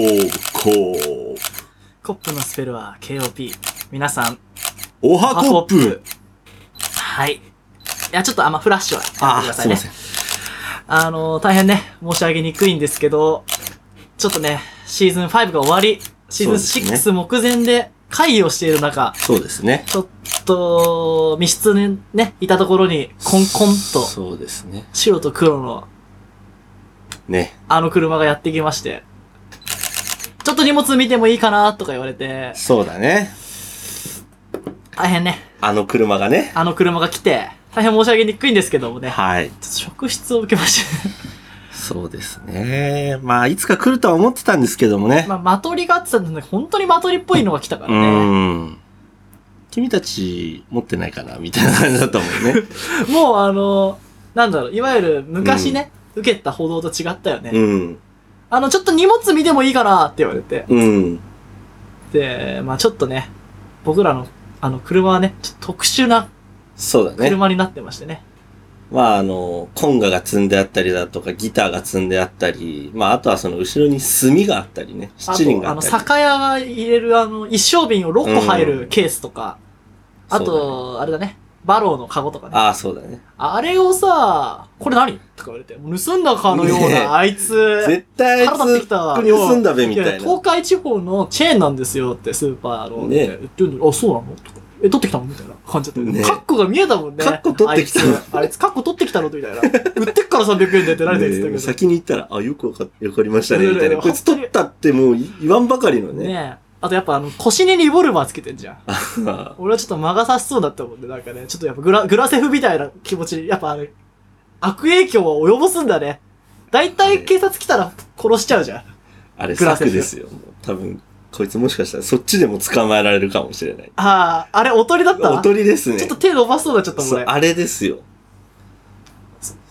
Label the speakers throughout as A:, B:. A: コープ。
B: コップのスペルは KOP。皆さん、
A: おはコップ。。
B: はい。いや、ちょっとあんまフラッシュはや
A: あ
B: め
A: ー、
B: てくださ
A: す
B: い
A: い
B: ね
A: ま。せん。
B: あの、大変ね、申し上げにくいんですけど、ちょっとね、シーズン5が終わり、シーズン
A: そうです
B: 6目前で会議をしている中、
A: そうですね。
B: ちょっと、密室にね、いたところに、コンコンと、
A: そうですね。
B: 白と黒の
A: ね。
B: あの車がやってきまして、ちょっと荷物見てもいいかなとか言われて、
A: そうだね。
B: 大変ね、
A: あの車がね。
B: あの車が来て、大変申し上げにくいんですけどもね、ちょ
A: はい。
B: っと職質を受けまして、
A: そうですね。まあ、いつか来るとは思ってたんですけどもね。
B: まあ、マトリがあってたんで、本当にマトリっぽいのが来たか
A: う
B: らね、
A: ん。君たち持ってないかなみたいな感じだと思う ね。
B: もうあの、なんだろう、いわゆる昔ね、受けた歩道と違ったよね。
A: うん。
B: あの、ちょっと荷物見てもいいかなって言われて、
A: うん。
B: で、まあちょっとね、僕らの、あの、車はね、ちょっと特殊な
A: そうだね。
B: 車になってましてね。
A: まあ、あの、コンガが積んであったりだとか、ギターが積んであったり、まあ、あとはその後ろに炭があったりね。七輪が
B: あ
A: あ
B: と、あの、
A: ったり。
B: 酒屋が入れる、あの、一升瓶を6個入るケースとか、あ
A: そう
B: と、あれだね、バローのカゴとかね。
A: ああ、そうだね。
B: あれをさ、これ何とか言われて、もう盗んだかのような、
A: ねえ
B: あいつ、
A: 絶対あい
B: 腹立って
A: つ
B: き、たわ。
A: 盗んだべみた
B: いや
A: いな。
B: 東海地方のチェーンなんですよって、スーパーの。
A: ねえ
B: 売ってるのにあ、そうなのとか。え、取ってきたのみたいな感じだったよね。
A: ねえ
B: カッコが見えたもんね。
A: カッコ取ってきた
B: あいつ、あいつカッコ取ってきたのみたいな。売ってっから300円でって何で言ってた
A: ね
B: け
A: え
B: ど。
A: 先に行ったら、あ、よくわかわかりましたね、みたい
B: ね
A: な。
B: え
A: こいつ取ったってもう言わんばかりの
B: ね
A: ね。
B: えあとやっぱあの、腰にリボルバーつけてんじゃん。
A: あ
B: 俺はちょっと魔が差しそうだったもんね。なんかね、ちょっとやっぱグラ、グラセフみたいな気持ち、やっぱあれ、悪影響を及ぼすんだね。大体警察来たら殺しちゃうじゃん。
A: あれ、
B: グラセ
A: 策
B: フ
A: ですよ。もう多分、こいつもしかしたらそっちでも捕まえられるかもしれない。
B: ああ、あれおとりだった
A: おとりですね。
B: ちょっと手伸ばしそうだっちゃったもん
A: そう
B: ね。
A: あれですよ。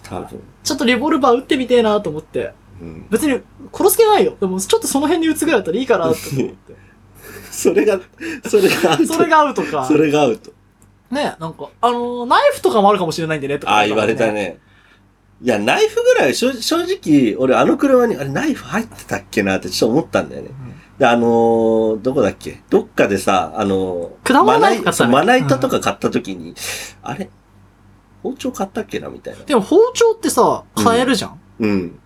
A: 多分。
B: ちょっとリボルバー撃ってみてえなと思って。
A: うん。
B: 別に殺す気ないよ。でもちょっとその辺に撃つぐらいだったらいいかなと思って。
A: それが、 それがアウト。
B: それが合うとか
A: そ。れがアウト。
B: ねえ、なんか、あのーナイフとかもあるかもしれないんでね、とか、
A: ああ、言われた。ね。いや、ナイフぐらい、正正直、俺あの車に、あれナイフ入ってたっけなってちょっと思ったんだよね。で、あのーどこだっけどっかでさ、あのー
B: 果物ナイフ買ったね
A: まな板そうまな板とか買った時に、あれ包丁買ったっけなみたいな。
B: でも包丁ってさ、買えるじゃん。
A: うん。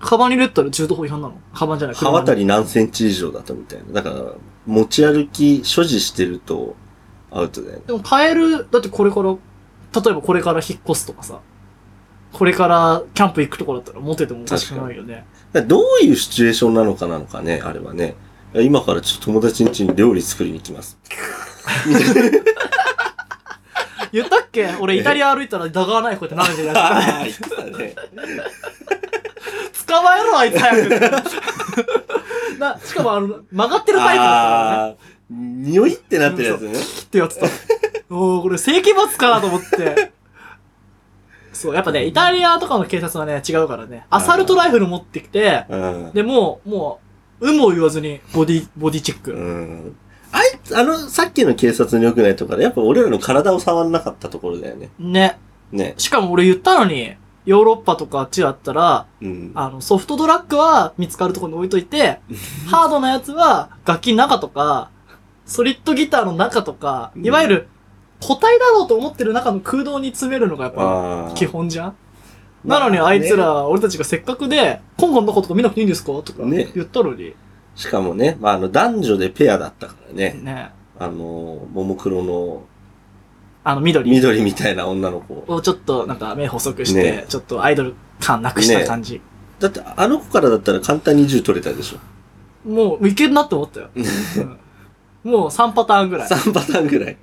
B: カバンに入れたら中途法違反なのカバンじゃない
A: 刃渡り何センチ以上だとみたいな。だから、持ち歩き、所持してると、アウトだよね。
B: でも買える、だってこれから、例えばこれから引っ越すとかさ、これからキャンプ行くとこだったら持っててもおかしくないよね。
A: だからどういうシチュエーションなのかなのかね、あれはね。今からちょっと友達ん家に料理作りに行きます。
B: 言ったっけ俺イタリア歩いたらダガーナイフこうやって舐めてる や
A: あ、行くだね。
B: つ。捕まえろ、あいつ早 く。な、しかもあの、曲がってるタイプだったからね。
A: あー、匂いってなってるやつね。
B: ってやつ だ。おー、これ世紀末かなと思って。そう、やっぱね、イタリアとかの警察はね、違うからね。アサルトライフル持ってきて、
A: うん。
B: で、もう、もう、有無を言わずに、ボディ、ボディチェック。
A: うん。あいつ、あの、さっきの警察の良くないとかで、やっぱ俺らの体を触んなかったところだよね。
B: ね。
A: ね。
B: しかも俺言ったのに、ヨーロッパとかあっちだったら、
A: うん。
B: あの、ソフトドラッグは見つかるところに置いといて、ハードなやつは楽器の中とか、ソリッドギターの中とか、
A: うん
B: いわゆる、個体だろうと思ってる中の空洞に詰めるのがやっぱ
A: あー
B: 基本じゃん
A: ま
B: なのにあいつ
A: ね
B: ら、俺たちがせっかくで、コンゴの中とか見なくていいんですかとか
A: ね
B: 言ったのに、
A: しかもね、まあ、あの、男女でペアだったからね。
B: ね。
A: あの、ももクロの
B: あの、緑
A: 緑みたいな女の子。
B: をちょっとなんか目細くし
A: ね
B: て、ちょっとアイドル感なくした感じ。
A: だって、あの子からだったら簡単に銃取れたでしょ。
B: もういけるなって思ったよ。 うんもう3パターンぐらい。
A: 3パターンぐらい。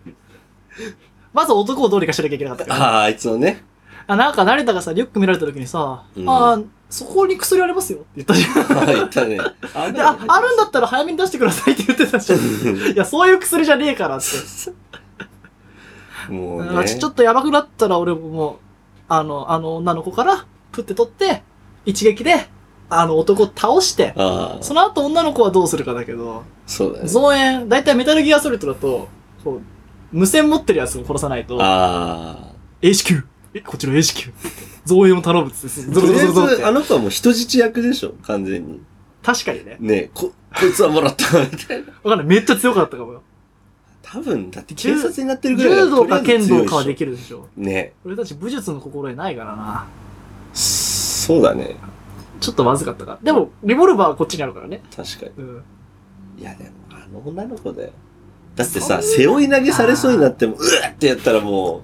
B: まず男をどうにかしなきゃいけなかったから。
A: ああ、あいつをね。
B: あなんか誰だかさ、リュック見られた時にさ、
A: うん
B: ああ、そこに薬ありますよって言ったじ ゃん。
A: ああ、言ったね。あ
B: であ、あるんだったら早めに出してくださいって言って たじゃん。いや、そういう薬じゃねえからって。
A: も
B: だ
A: う
B: から
A: ね。
B: ちちょっとやばくなったら俺ももう、あの、あの女の子から、プって取って、一撃で、あの男を倒して、
A: ああ、
B: その後女の子はどうするかだけど、
A: そうだね。
B: 増援、だいたいメタルギアソリッドだと、こう、無線持ってるやつを殺さないと、
A: ああ。
B: HQ! え、こっちの HQ! 増援を頼むっつって、
A: と
B: ゾ
A: り
B: ロゾ
A: あえ
B: ロゾロっ
A: ず、あ
B: て。
A: の子はもう人質役でしょ、完全に。
B: 確かにね。
A: ねえ、こ、こいつはもらった、みたいな。
B: わかんない。めっちゃ強かったかもよ。
A: 多分、だって警察になってるぐらい
B: 柔道か剣道かは
A: は
B: できるでしょ。
A: ね
B: 俺たち武術の心得ないからな。
A: え。そうだね。
B: ちょっとまずかったか。でも、リボルバーはこっちにあるからね。
A: 確かに。
B: うん。
A: いや、でも、あの女の子だよ。だってさ、
B: そん
A: 背負い投げされそうになっても、うわってやったらも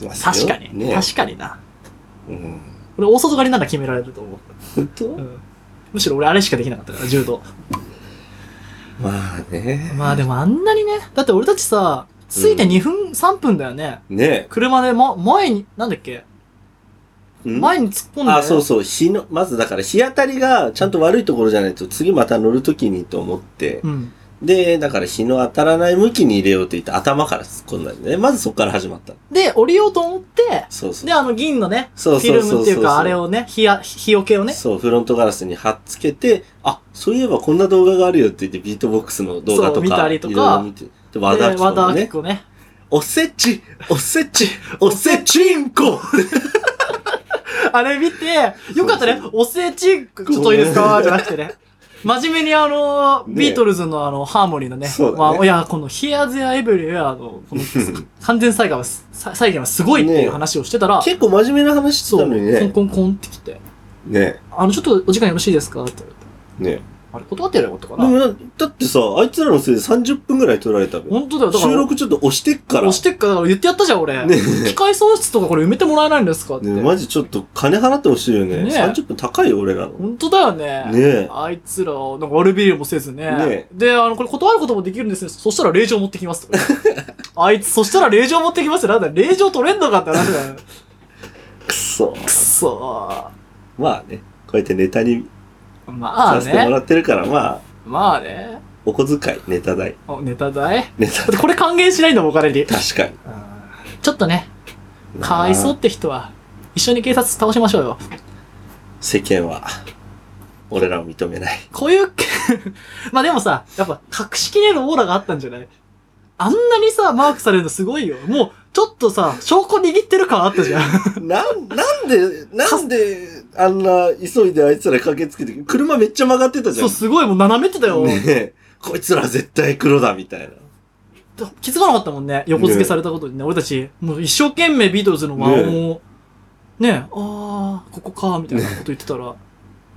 A: う、まあ
B: 確かに。
A: 背負いね
B: 確かにな。
A: え。うん。
B: 俺、大外刈りなら決められると思う。
A: 本当
B: うん。むしろ俺、あれしかできなかったから、柔道。
A: まあね。
B: まあでもあんなにね。だって俺たちさ、ついて2分、3分だよね。
A: ね
B: 車で、ま、前に、なんだっけ
A: え。うん
B: 前に突っ込んで。
A: あ、そうそう。日の、まずだから日当たりがちゃんと悪いところじゃないと次また乗るときにと思って、
B: うん。
A: で、だから日の当たらない向きに入れようって言って頭から突っ込んだんでね。まずそこから始まった。
B: で、降りようと思って、
A: そうそう。
B: で、あの銀のね、
A: そう
B: フィ
A: そう
B: ル
A: そ
B: ム
A: う
B: って
A: そ
B: いううか、あれをね、日や、日よけをね。
A: そう、フロントガラスに貼っつけて、あ、そういえばこんな動画があるよって言って、ビートボックスの動画とか、
B: そう見たりとか
A: いろいろ見て、で和田
B: で和田
A: ア
B: アキ
A: ね、
B: 子ね。
A: おせち、おせち、おせちん こ
B: あれ見て、よかったね
A: そう。
B: おせち、ちょっといいですかじゃなくてね。真面目にあの、
A: ね
B: ビートルズのあの、ハーモニーのね。
A: そうだね
B: まあ、いや、この Here, There, Everywhere の、この、完全再現はす、再再現はすごいっていう話をしてたら、
A: 結構真面目な話して
B: そ
A: た
B: う、
A: のに
B: コン
A: ね。
B: コンコンってきて、
A: ね
B: あの、ちょっとお時間よろしいですかって言われて。
A: ね
B: あれ、断ってやればよかった
A: で
B: か
A: も
B: な。
A: な、だってさ、あいつらのせいで30分ぐらい取られたべ。
B: 本当だよ。だから、
A: 収録ちょっと押してっから。
B: 押してっから言ってやったじゃん、俺。
A: ね
B: 機械喪失とかこれ埋めてもらえないんですかって。
A: ねマジちょっと金払ってほしいよね。
B: ね
A: 30分高いよ、俺らの。
B: 本当だよね。
A: ね
B: あいつら、なんか悪びれもせずね。
A: ね
B: で、あの、これ断ることもできるんですね。そしたら令状持って きますとか。あいつ、そしたら令状持ってきますよ。なんだ、令状取れんのかって話だよ。
A: くそ。
B: くそ
A: まあね、こうやってネタに
B: ー。まあ
A: させても
B: ね。
A: らってるから、まあ、
B: まあね。
A: お小遣い、ネタ代。
B: おネタ代だ
A: ネタ
B: ってこれ還元しないんだもん、お金に。
A: 確かに。
B: ちょっとね、かわいそうって人は、一緒に警察倒しましょうよ。
A: 世間は、俺らを認めない。
B: こういうけ、 まあでもさ、やっぱ隠しきれるオーラがあったんじゃないあんなにさ、マークされるのすごいよ。もう、ちょっとさ、証拠握ってる感あったじゃん。
A: なん、なんで、なんで、あんな、急いであいつら駆けつけて、車めっちゃ曲がってたじゃ
B: そ
A: ん。
B: う、すごい、もう斜めってたよ。
A: ねえこいつら絶対黒だ、みたいな。
B: 気づかなかったもんね。横付けされたことにね、俺たち、もう一生懸命ビートルズの和音を、ねああー、ここか、みたいなこと言ってたら、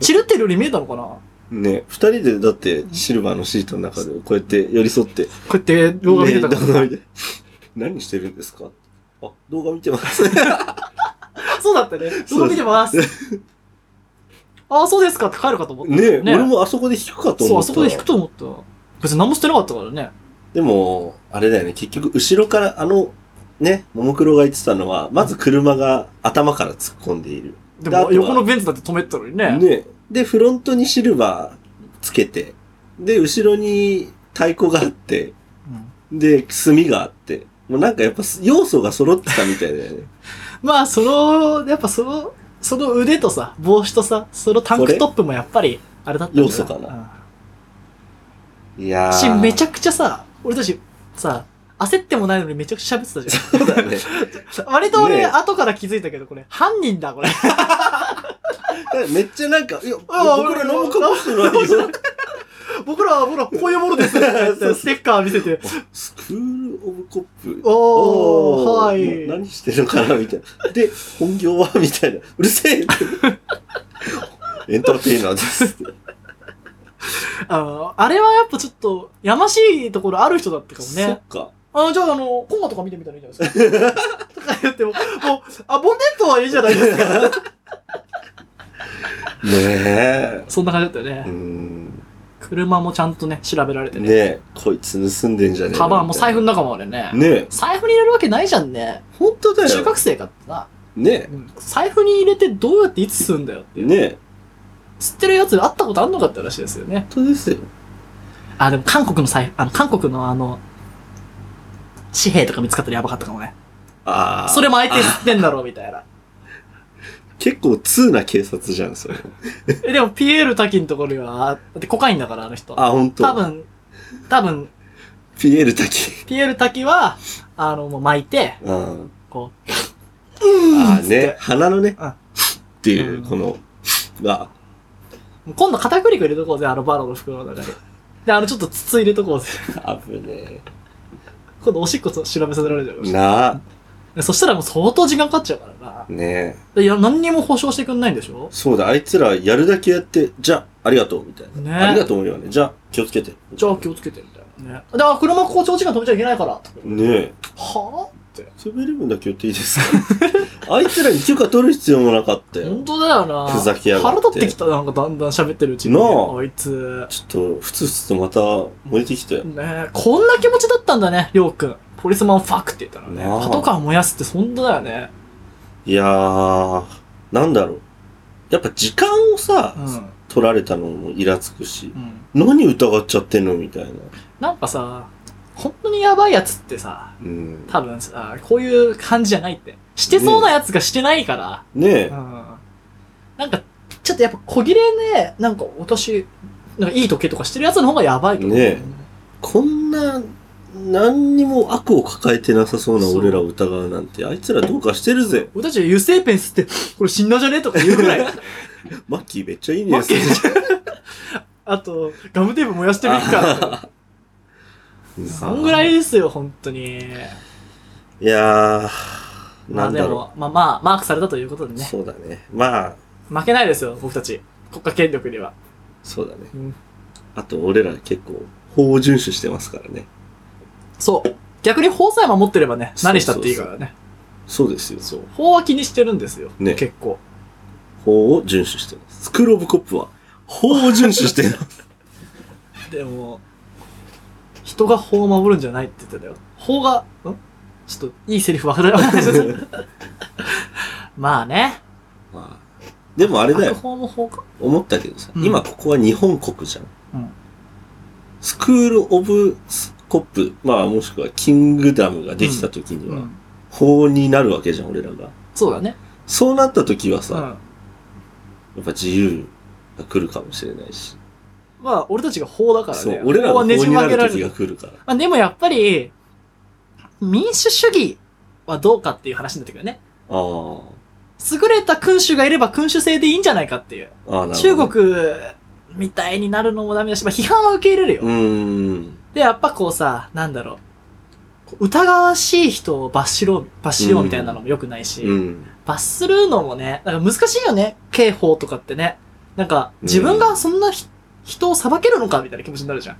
B: チルってるように見えたのかなこ
A: ねえ二人でだって、シルバーのシートの中で、こうやって寄り添って、
B: うやって動画見てたか
A: ねえ動画
B: ら。
A: 見て 何してるんですかあ、動画見て ます。
B: そうだったね。動画見てます。ああ、そうですかって帰るかと思った。
A: ねえ
B: ねえ
A: 俺もあそこで引くかと
B: そう、
A: 思
B: あ
A: った。
B: そこで引くと思った。別に何もしてなかったからね。
A: でも、あれだよね、結局、後ろから、あの、ね、ももクロが言ってたのは、まず車が頭から突っ込んでいる。
B: で
A: であと
B: も
A: は
B: 横のベンツだって止めてたのにね。
A: ね。で、フロントにシルバーつけて、で、後ろに太鼓があって、
B: うん
A: で、炭があって、もうなんかやっぱ要素が揃ってたみたいだよね。
B: まあ、その、やっぱその、その腕とさ、帽子とさ、そのタンクトップもやっぱり、あれだったんだ
A: 要素か
B: な。
A: いや
B: う
A: ー。
B: んし、めち
A: ゃ
B: ゃくちゃさ、俺たち、さ、焦ってもないのにめちゃくちゃ喋ってたじゃ
A: そうだね。
B: ん。割と俺、
A: ねえ
B: 後から気づいたけど、これ、犯人だ、これ。
A: めっちゃなんか、いや、僕
B: あ
A: ら何もかもしてない
B: 俺
A: よ。
B: 僕らは、僕ら、こういうものですって言っ
A: そうそう
B: て、ステッカー見せて、
A: スクール・オブ・コップ。
B: おー、は
A: もう
B: い。
A: 何してるのかなみたいな。で、本業はみたいな。うるせえってエンターテイナーです。
B: あの、あれはやっぱちょっと、やましいところある人だったかも
A: そ
B: ね
A: っ。か。
B: あ、じゃあ、あの、コンガとか見てみたらいいんじゃないですか。 とか言っても、もう、あ、ボンネットはいいじゃないですか。
A: ねえ。
B: そんな感じだったよ
A: う
B: ね。
A: ん。
B: 車もちゃんとね、調べられてね。
A: ねえ、こいつ盗んでんじゃねえの
B: カバンも財布
A: み
B: の中もあれね
A: た。いなねえ、
B: 財布に入れるわけないじゃんね。
A: 本当だよ。
B: 中学生かってな。
A: ね
B: うん財布に入れてどうやっていつすんだよっ
A: え、
B: ていう。
A: ねえ、
B: 知ってるやつ会ったことあんのかって話ですよね。
A: 本当ですよ。
B: あ、でも韓国の財布、あの、韓国のあの、紙幣とか見つかったらやばかったかもね。
A: ああ。
B: それも相手知ってんだろ、みたいな。
A: 結構通な警察じゃん、それ。
B: えでも、ピエール滝のところには、だってコカインだから、あの人。
A: あ、本当。
B: 多。分、多分、
A: ピエール滝。
B: ピエール滝は、あの、もう巻いて、
A: うん。
B: こ
A: ああ
B: つって
A: ね、鼻のね、
B: うん
A: っていうう、
B: ん
A: この、が、
B: もう今度片栗粉入れとこうぜ、あのバロの袋の中に。で、あのちょっと筒入れとこうぜ。
A: 危ね
B: 今度おしっこと調べさせられちゃうか
A: え。
B: もしれ
A: な
B: ないそしたらもう相当時間かかっちゃうからな
A: あ。。ねえ。
B: でいや、何にも保証してくんないんでしょ
A: そうだ、あいつらやるだけやって、じゃあ、ありがとう、みたいな。
B: ね
A: ありがとうよね。じゃあ、気をつけて。
B: じゃあ気をつけて、みたいな。ね。で、あ、車ここ長時間止めちゃいけないから。とか
A: ねえ。
B: はぁって。
A: セブンイレブンだけ言っていいですか あいつらに許可取る必要もなかったよ
B: 本。当だよな。
A: ふざけやがって
B: 腹立ってきた、なんかだんだん喋ってるうちに。
A: なあ
B: あいつ。
A: ちょっと、ふつふつとまた燃えてきたよ。
B: ねこんな気持ちだったんだね、りょうくん。ポリスマンファックって言ったらね。
A: なあ
B: パトカー燃やすって本当だよね。
A: いやー、なんだろう。やっぱ時間をさ、
B: うん。
A: 取られたのもイラつくし
B: う、ん。
A: 何疑っちゃってんのみたいな。
B: なんかさ、本当にやばいやつってさ、
A: うん。
B: 多分さ、こういう感じじゃないって。してそうなやつがしてないから。
A: ねえ。
B: なんか、ちょっとやっぱ小切れね、なんか私、なんかいい時計とかしてるやつの方がやばいと思う。
A: ねえこんな、何にも悪を抱えてなさそうな俺らを疑うなんて、あいつらどうかしてるぜ。
B: 俺たち油性ペン吸って、これ死んだじゃねとか言うぐらい。
A: マッキーめっちゃいいね。
B: マッキあと、ガムテープ燃やしてみ っか。そんぐらい
A: い
B: ですよ、本当に。
A: いやー、
B: ま
A: な
B: あ
A: ん
B: で
A: だろ
B: も、まあまあ、マークされたということで
A: う。
B: ね。
A: そうだね。まあ、
B: 負けないですよ、僕たち。国家権力には。
A: そうだね。
B: うん
A: あと、俺ら結構、法を遵守してますからね。
B: そう。逆に法さえ守ってればね、何したっていいからね。
A: そうですよ。
B: そう法は気にしてるんですよ。
A: ね
B: 結構。
A: 法を遵守してます。スクールオブコップは、法を遵守して ます。
B: でも、人が法を守るんじゃないって言ってたよ。法が、んちょっと、いいセリフわからない。 まあね。
A: まあ、でもあれだ
B: 悪
A: よ。
B: 法も法か。
A: 思ったけどさ、
B: うん
A: 今ここは日本国じゃん。
B: うん
A: スクールオブコップ、まあもしくはキングダムができた時に
B: う
A: は、
B: ん。
A: 法になるわけじゃん、俺らが。
B: そうだね。
A: そうなった時は
B: うん
A: さ、。やっぱ自由が来るかもしれないし。
B: まあ、俺たちが法だからね。
A: そう、俺らが
B: 法
A: 法
B: はねじ
A: にな
B: 曲げら
A: る
B: れ
A: 時
B: る
A: が。来るから。
B: まあ、でもやっぱり、民主主義はどうかっていう話になってくるね。
A: あー
B: 優れた君主がいれば君主制でいいんじゃないかっていう。
A: あー、なるほど。
B: 中国みたいになるのもダメだし、まあ、批判は受け入れるよ。
A: うーん。
B: で、やっぱこうさ、なんだろう。こう疑わしい人を罰しろ、罰しようみたいなのも良くないし、
A: うん。
B: 罰するのもね、なんか難しいよね、刑法とかってね。なんか、自分がそんなひ、人を裁けるのかみたいな気持ちになるじゃん。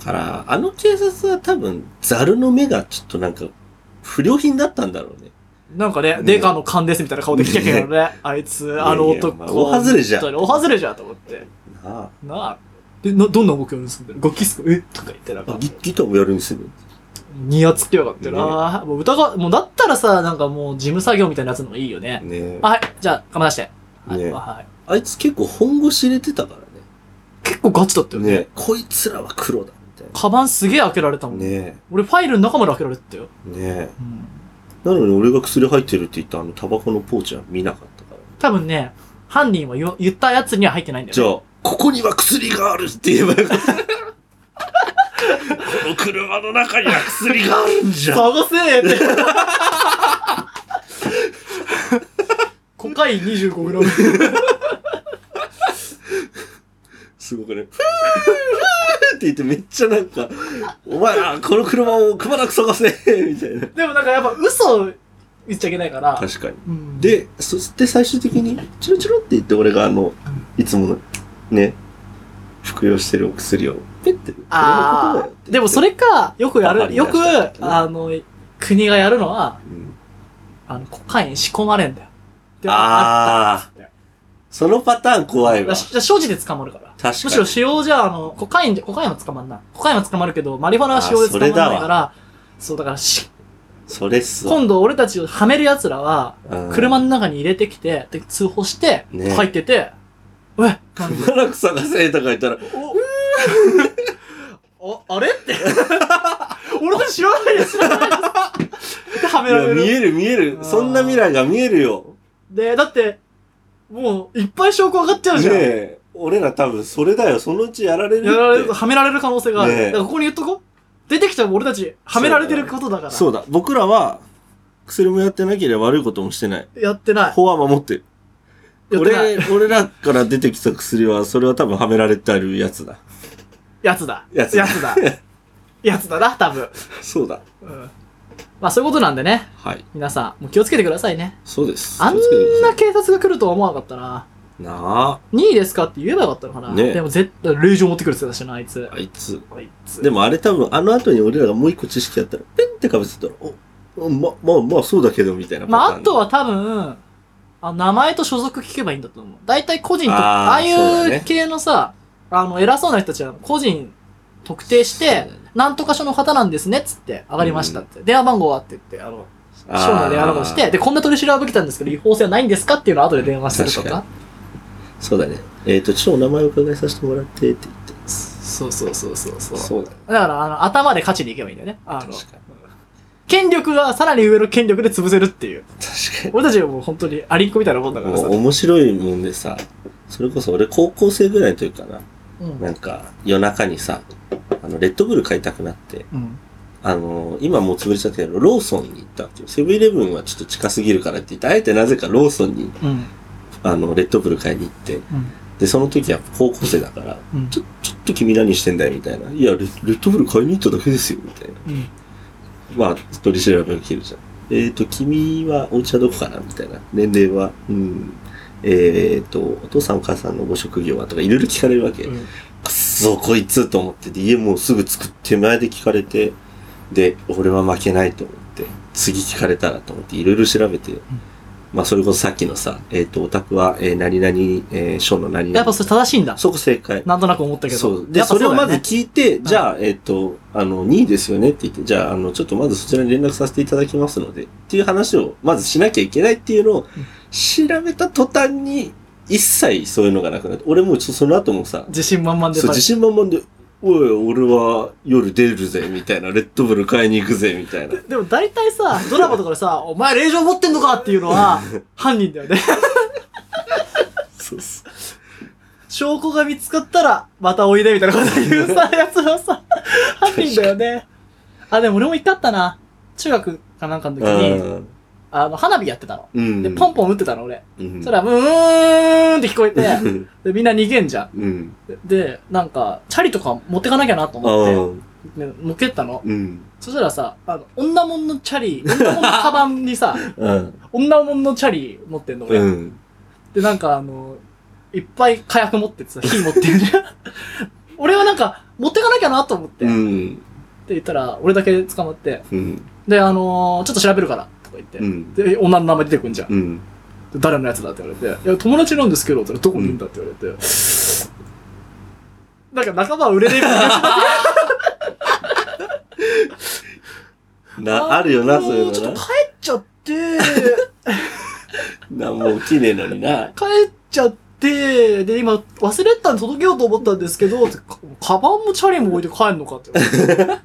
A: だから、あの警察は多分、ザルの目がちょっとなんか、不良品だったんだろうね。
B: なんかね、
A: ね
B: デカの勘ですみたいな顔で来たけどね、あいつ、あの
A: いやいや
B: 男。
A: まあ大外れじゃん
B: 本当に大外れじゃんと思って。
A: な
B: なあ。で、な、どんな動きを盗んでる楽器っすかえとか言ってなん
A: あ
B: か。
A: ギギターもやるんですよ。
B: ニヤつきやがってな。もう疑う、もうだったらさ、なんかもう事務作業みたいなやつの方がいいよね。
A: ね
B: あはい、じゃあ、かま出して。はい、
A: ね
B: はい。
A: あいつ結構本腰入れてたからね。
B: 結構ガチだったよね。
A: ねこいつらは黒だ、みたい
B: カバンすげえ開けられたもん。
A: な。ね
B: 俺ファイルの中まで開けられてたよ。
A: え。ねえ。なのに俺が薬入ってるって言ったあのタバコのポーチは見なかったから。
B: 多分ね、犯人は言言ったやつには入ってないんだ
A: じゃ
B: よ、
A: あ
B: ね。、
A: ここには薬があるって言えばよかった。この車の中には薬があるんじゃん。
B: 探せーって。コカイン 25g。
A: すごくね、ふーふーって言ってめっちゃなんか、お前ら、この車をくまなく探せみたいな。
B: でもなんかやっぱ嘘を言っちゃいけないから。
A: 確かに。
B: うん、
A: で、そして最終的に、チロチロって言って俺があの、いつもの、ね、服用してるお薬を、ペッて、これのことだよ
B: あ
A: って言って
B: あ、でもそ、れか、よくや
A: パパに
B: る、
A: 出
B: よ
A: し
B: く
A: た時、ね
B: あの、国がやるのは、
A: うん
B: あの、コカイン仕込まれんだよ。で
A: ああ、そのパターン怖いわ。
B: じゃあ、所持で捕まるから。
A: 確
B: む
A: か
B: しろ
A: に。
B: 使用じゃ、あの、コカインで、コカインは捕まんない。コカインは捕まるけど、マリファナは使用で捕まんないから、そう、だからし、
A: それっすわ。
B: 今度俺たちをはめる奴らは、
A: うん
B: 車の中に入れてきて、で、通報して、
A: ね
B: 入ってて、おい、なんで
A: くまなく探せとか言ったら、
B: お、あ れって。俺たち知らないです、知らないです。で、はめら
A: いや
B: れる。
A: 見える見え
B: あ
A: る。
B: ー
A: そんな未来が見えるよ。
B: で、だって、もう、いっぱい証拠上がっちゃう
A: ね
B: じゃん。
A: え、俺ら多分それだよ。そのうちやられるって。
B: やられると、はめられる可能性がある。
A: ねえ
B: だからここに言っとこう。出てきたら俺たち、はめられてることだから。
A: そうだ。僕らは、薬もやってなければ悪いこともしてない。
B: やってない。
A: 法は守ってる。
B: やってない
A: 俺、俺らから出てきた薬は、それは多分はめられてあるやつだ。
B: やつだ。
A: やつだ
B: やつだ。やつだな、多分。
A: そうだ。
B: うん。まあそういうことなんでね、
A: はい。
B: 皆さん、もう気をつけてくださいね。
A: そうです。
B: あん
A: 気をつけてくだ
B: な
A: さ
B: 警察が来るとは思わなかったな。
A: いな
B: 2位ですかって言えばよかったのかな。
A: ね
B: でも絶対、令状持ってくるって言ってたしな、あいつ
A: あ。。あいつ。
B: あいつ。
A: でもあれ多分、あの後に俺らがもう一個知識やったら、ペンってかぶせたら、お、ま、まあまあそうだけど、みたいなパタ
B: ま
A: ーン。
B: あ、あとは多分、あ名前と所属聞けばいいんだと思う。大体個人と、
A: あー
B: ああい
A: そうだね
B: う系のさ、あの、偉そうな人たちは個人特定し
A: そうだ
B: て
A: ね、
B: なんとか署の方なんですね、っつって、上がりましたって。電話番号はって言って、あの、
A: あー、
B: 署の電話番号して、で、こんな取り調べ受けたんですけど、違法性はないんですかっていうのを後で電話すると
A: 確
B: か
A: か。そうだね。えっ、と、ちょっとお名前を伺いさせてもらって、って言っ
B: そうそうそうそうそ
A: て。
B: う。
A: そうだね。
B: だから、あの、頭で勝ちにいけばいいんだよね。あ
A: 確
B: の、
A: かに。
B: 権力はさらに上の権力で潰せるっていう。
A: 確かに。
B: 俺たちはもう本当にアリンコみたいなもんだから
A: も
B: さ
A: う。面白いもんでさ、それこそ俺高校生ぐらいというかな、
B: うん
A: なんか夜中にさ、あの、レッドブル買いたくなって、
B: うん。
A: あのー今もう潰れちゃったけど、ローソンに行ったわけよ。セブンイレブンはちょっと近すぎるからって言って、あえてなぜかローソンに、
B: うん。
A: あの、レッドブル買いに行って、
B: うん。
A: で、その時は高校生だから、
B: うん
A: ちょ、ちょっと君何してんだよ、みたいな。いやレ、レッドブル買いに行っただけですよ、みたいな。
B: うん。
A: まあ、取り調べが切るじゃん。えっ、と、君はお家はどこかなみたいな。年齢は、うん。えっ、と、お父さんお母さんのご職業はとかいろいろ聞かれるわけ。くっそ、こいつと思ってて、家もうすぐ作って手前で聞かれて、で、俺は負けないと思って、次聞かれたらと思っていろいろ調べて、まあ、それこそさっきのさ、えっ、と、オタクは、えー何々、えー、章の何々。
B: やっぱそれ正しいんだ。
A: そこ正解。
B: なんとなく思ったけど。
A: そう。で、
B: やっぱ
A: それを
B: うだ
A: ま
B: よ
A: ず
B: ね
A: 聞いて、じゃあ、えっ、と、あの、2位ですよねって言って、じゃあ、あの、ちょっとまずそちらに連絡させていただきますので、っていう話を、まずしなきゃいけないっていうのを、調べた途端に、一切そういうのがなくなって、俺もうちょその後もさ、
B: 自信満々で
A: そう、
B: バレ
A: 自
B: る。
A: 信満々で、おい、俺は夜出るぜ、みたいな、レッドブル買いに行くぜ、みたいな。
B: でも大 体さ、ドラマとかでさ、お前令状持ってんのかっていうのは、犯人だよね。
A: そうそう。
B: 証拠が見つかったら、またおいでみたいなこと言うさ、やつは さ、犯人だよね。あ、でも俺も一回あったな。中学かなんかの時に、あの、花火やってたの。
A: うん。
B: で、ポンポン打ってたの、俺。
A: うん。
B: それは、うーんって聞こえ て、
A: うん
B: で、みんな逃げんじゃ
A: うん。
B: ん。で、なんか、チャリとか持ってかなきゃなと
A: あ
B: 思っ
A: あ。
B: て、ね、持ってったの。
A: うん。
B: そしたらさ、あの、女もんのチャリ、女もんのカバンに さ、
A: うん。
B: 女もんのチャリ持ってんの、俺。
A: うん。
B: で、なんかあの、いっぱい火薬持っててさ、火持ってるじゃん。 俺はなんか、持ってかなきゃなと思って、
A: う
B: って
A: ん。
B: 言ったら、俺だけ捕まって、
A: うん。
B: で、あのーちょっと調べるから、とか言って、
A: うん。
B: で、女の名前出てくんじゃん。
A: うん。
B: で誰のやつだって言われて、いや、友達なんですけど、って言ったらどこにいるんだって言われて、なんか仲間は売れねえみたいな
A: な、あるよな、そういう
B: ちょ
A: の
B: っと
A: な
B: 帰。っちゃって、
A: な、もう起きねえのにな。
B: 帰っちゃって、で、今、忘れてたんで届けようと思ったんですけど、ってかカバンもチャリも置いて帰んのかって言われて。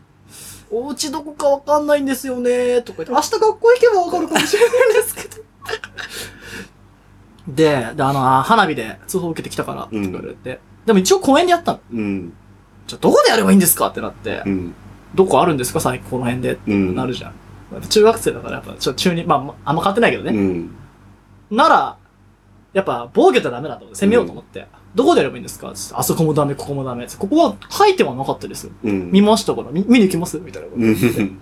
B: お家どこかわかんないんですよね、とか言って、明日学校行けばわかるかもしれないんですけど。で、で、あの、あ花火で通報受けてきたから、って言われて。でも一応公園でやったの。
A: うん、
B: じゃあどこでやればいいんですかってなって
A: う、ん、
B: どこあるんですか最近この辺で。
A: うん。
B: なるじゃん。中学生だからやっぱ、ちょ、中に、まあまあ、あんま変わってないけどね。
A: うん、
B: なら、やっぱ防御じゃダメだと思って、攻めようと思って。どこでやればいいんですかって言ってあそこもダメ、ここもダメ。ここは書いてはなかったですよ。
A: うん。
B: 見ましたから、見見に行きますみたいなこと
A: う
B: 言って。
A: ん、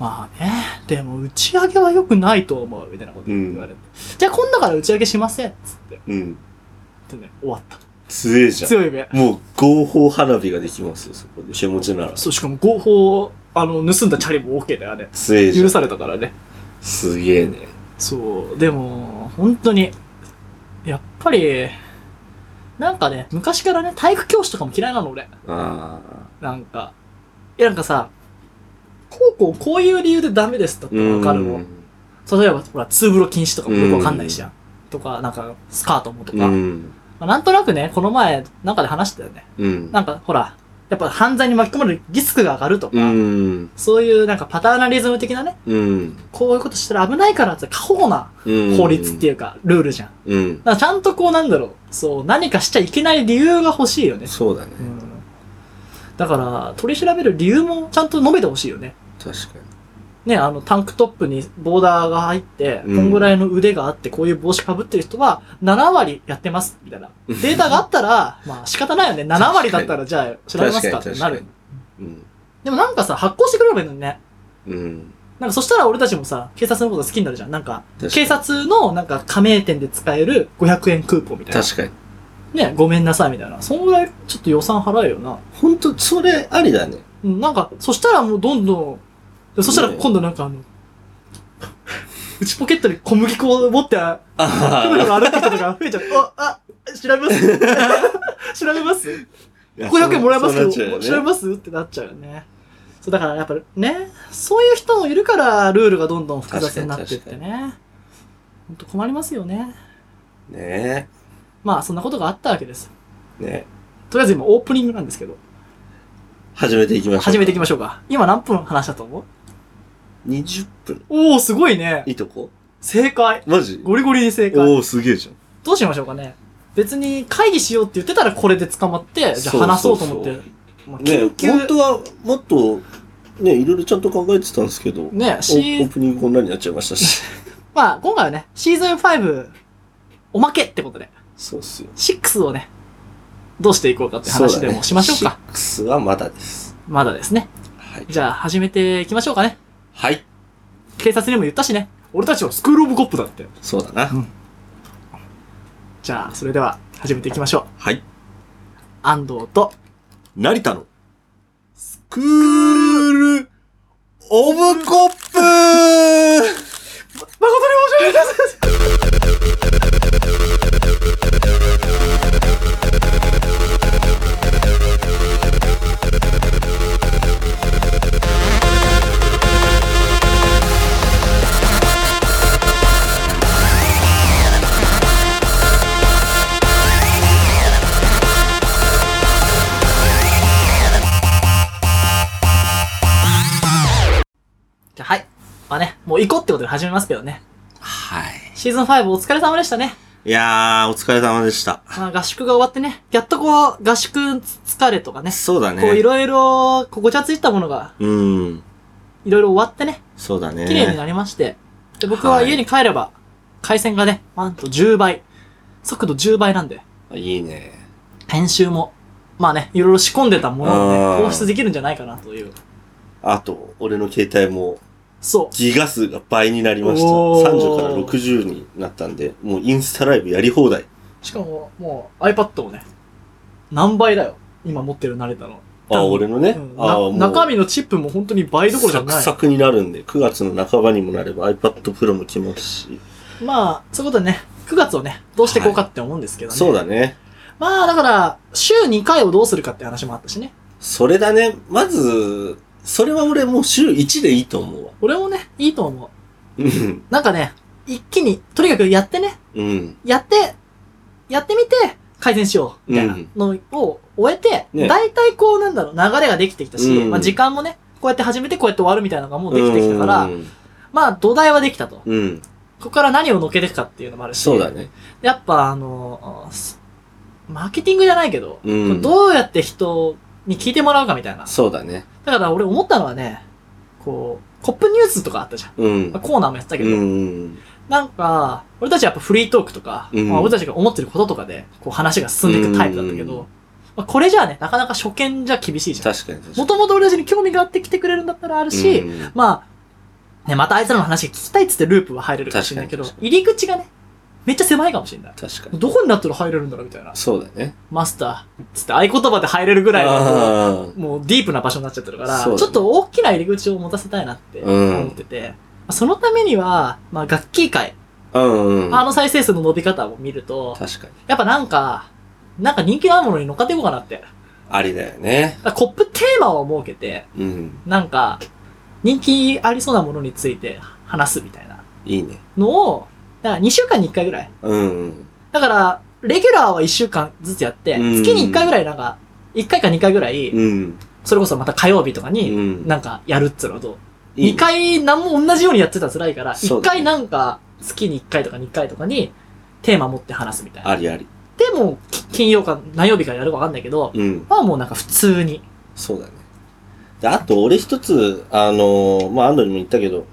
B: まあね、でも打ち上げは良くないと思う、みたいなこと言われて。じゃあ今度から打ち上げしませんつって。
A: うん。
B: でね、終わった。
A: 強えじゃん。
B: 強い目。
A: もう合法花火ができますよ、そこで。手持ちなら。
B: そう、しかも合法、あの、盗んだチャリも OK だよね。
A: 強えじゃ
B: 許
A: ん。
B: されたからね。
A: すげえね。
B: そう、でも、本当に、やっぱり、なんかね、昔からね、体育教師とかも嫌いなの、俺。
A: ああ。
B: なんか、いやなんかさ、こうこうこういう理由でダメですだってわかるもん。例えば、ほら、ツーブロ禁止とかもよくわかんないじゃん。とか、なんか、スカートもとか。
A: う
B: ま
A: ん。
B: あ、なんとなくね、この前、なんかで話したよね。
A: うん。
B: なんか、ほら、やっぱ犯罪に巻き込まれるリスクが上がるとか、
A: うん。
B: そういうなんかパターナリズム的なね、
A: うん。
B: こういうことしたら危ないからって過保護な
A: うん。
B: 法律っていうか、ルールじゃん。
A: う。うん。
B: だからちゃんとこうなんだろう、そう、何かしちゃいけない理由が欲しいよね。
A: そうだね。
B: だから、取り調べる理由もちゃんと述べてほしいよね。
A: 確か
B: ね、あの、タンクトップにボーダーが入って、
A: うん
B: こんぐらいの腕があって、こういう帽子かぶってる人は、7割やってます、みたいな。データがあった ら、まあ仕方ないよね。7割だったら、じゃあ、調べますかってなる。
A: うん。
B: でもなんかさ、発行してくれればいいのにね。
A: うん。
B: なんかそしたら俺たちもさ、警察のこと好きになるじゃん。なんか、
A: 確か
B: 警
A: に。
B: 察のなんか加盟店で使える500円クーポンみたいな。
A: 確かに。
B: ね、ごめんなさいみたいな。そんぐらいちょっと予算払えよな。
A: 本当それありだね。
B: うん、なんか、そしたらもうどんどん、そしたら今度なんかあの、内ポケットに小麦粉を持って、ふむふむ
A: あ
B: 歩く人とか増えちゃう。あ、あ、調べま す調べます
A: あ。
B: 500円もらえますけど、
A: そうなっちゃうよ
B: 調べ
A: ね
B: ますってなっちゃうよね。そう、だからやっぱね、そういう人もいるから、ルールがどんどん複雑になってってね。ほんと困りますよね。
A: ね
B: まあ、そんなことがあったわけです。
A: え。ねえ。
B: とりあえず今オープニングなんですけど、
A: 始めていきましょう。
B: 始めていき
A: ま
B: ましょうか。今何分話したと思う
A: 20分。
B: おー、すごいね
A: い。いとこ
B: 正解。
A: マジ
B: ゴリゴリに正解。
A: おおすげえじゃん。
B: どうしましょうかね。別に会議しようって言ってたらこれで捕まって、じゃあ話そうと思って
A: そう。
B: まあ
A: ね
B: 緊急
A: 本当はもっと、ね、いろいろちゃんと考えてたんですけど、
B: ね
A: オ
B: シ
A: ーオー
B: ー、
A: プニングこんなになっちゃいましたし。
B: まあ、今回はね、シーズン5、おまけってことで、
A: そうっすよ。
B: 6をね、どうしていこうかって話でもしましょうか。。
A: シックスはまだです。
B: まだですね。
A: はい。
B: じゃあ、始めていきましょうかね。
A: はい。
B: 警察にも言ったしね。俺たちはスクールオブコップだって。
A: そうだな。
B: じゃあ、それでは、始めていきましょう。
A: はい。
B: 安藤と、
A: 成田の、スクール、オブコップ
B: 誠に申し訳ありませんじゃあ、はい。まあね、もう行こうってことで始めますけどね。
A: はい。
B: シーズン5お疲れ様でしたね。
A: いやー、お疲れ様でした。
B: まあ、合宿が終わってね、やっとこう、合宿疲れとかね、
A: そうだね。
B: こういろいろ、こうごちゃついたものが、
A: うん。
B: いろいろ終わってね、
A: そうだね。
B: 綺麗になりまして、で、僕は
A: はい
B: 家に帰れば、回線がね、なんと10倍、速度10倍なんで、
A: いいね。
B: 編集も、まあね、いろいろ仕込んでたものを
A: あ
B: ね、
A: ー
B: 放出できるんじゃないかなという。
A: あと、俺の携帯も、
B: そう。
A: ギガ数が倍になりました。
B: おー
A: 30から60になったんで、もうインスタライブやり放題。
B: しかも、もう iPad をね、何倍だよ。今持ってる慣れたの。
A: あ、俺のね。
B: うん
A: あもう
B: な中身のチップも本当に倍どころじゃ
A: サ
B: な
A: ク
B: い。
A: サクになるんで、9月の半ばにもなれば iPad Pro も来ますし。
B: まあ、そういうことでね、9月をね、どうしていこうかって思うんですけどね。
A: そうだね。
B: まあ、だから、週2回をどうするかって話もあったしね。
A: それだね。まず、それは俺もう週1でいいと思うわ。
B: 俺もね、いいと思う。
A: うん。
B: なんかね、一気に、とにかくやってね、
A: うん。
B: やって、やってみて、改善しよう、みたいなのを終えて、
A: ね
B: 大体こうなんだろう、流れができてきたし、
A: うん
B: まあ時間もね、こうやって始めてこうやって終わるみたいなのがもうできてきたから、
A: うん。
B: まあ土台はできたと。こ
A: うん。
B: こから何をのけていくかっていうのもあるし、
A: そうだね。
B: やっぱあのー、マーケティングじゃないけど、
A: うん
B: どうやって人に聞いてもらうかみたいな。
A: そうだね。
B: だから俺思ったのはね、こう、コップニュースとかあったじゃん。
A: うん
B: まあ。コーナーもやってたけ
A: う
B: ど、
A: ん。
B: なんか、俺たちはやっぱフリートークとか、
A: うん
B: まあ、俺たちが思ってることとかで、こう話が進んでいくタイプだったけど、
A: うん
B: まあ、これじゃあね、なかなか初見じゃ厳しいじゃん。
A: 確かに確か
B: も
A: に。
B: ともと俺たちに興味があって来てくれるんだったらあるし、
A: うん
B: まあ、ね、またあいつらの話が聞きたいっつってループは入れるかもしれないけど
A: 確、
B: 入り口がね、めっちゃ狭いかもしれない。
A: 確かに。
B: どこになったら入れるんだろうみたいな。
A: そうだね。
B: マスター、つって合言葉で入れるぐらいのこう、
A: あー
B: もうディープな場所になっちゃってるから、
A: そうだね
B: ちょっと大きな入り口を持たせたいなって思ってて、まあそのためには、まあ、楽器界、
A: うんうん。
B: あの再生数の伸び方を見ると、
A: 確かに。
B: やっぱなんか、なんか人気のあるものに乗っかっていこうかなって。だか
A: ありだよね。
B: らコップテーマを設けて、
A: うん。
B: なんか、人気ありそうなものについて話すみたいない
A: いね。
B: のを、だから2週間に1回ぐらい。
A: うんうん。
B: だから、レギュラーは1週間ずつやって、
A: うん
B: 月に1回ぐらいなんか、1回か2回ぐらい、
A: うん。
B: それこそまた火曜日とか
A: う
B: に、
A: ん。
B: なんかやるっつうのはどう
A: いい
B: 二回何も同じようにやってたら辛いから、
A: そ
B: 一
A: うだね
B: 回なんか、月に一回とか二回とかに、テーマ持って話すみたいな。
A: ありあり。
B: でも、き金曜か何曜日かやるかわかんないけど、
A: うん。
B: まあもうなんか普通に。
A: そうだね。であと、俺一つ、あのーまあ、安藤にも言ったけど、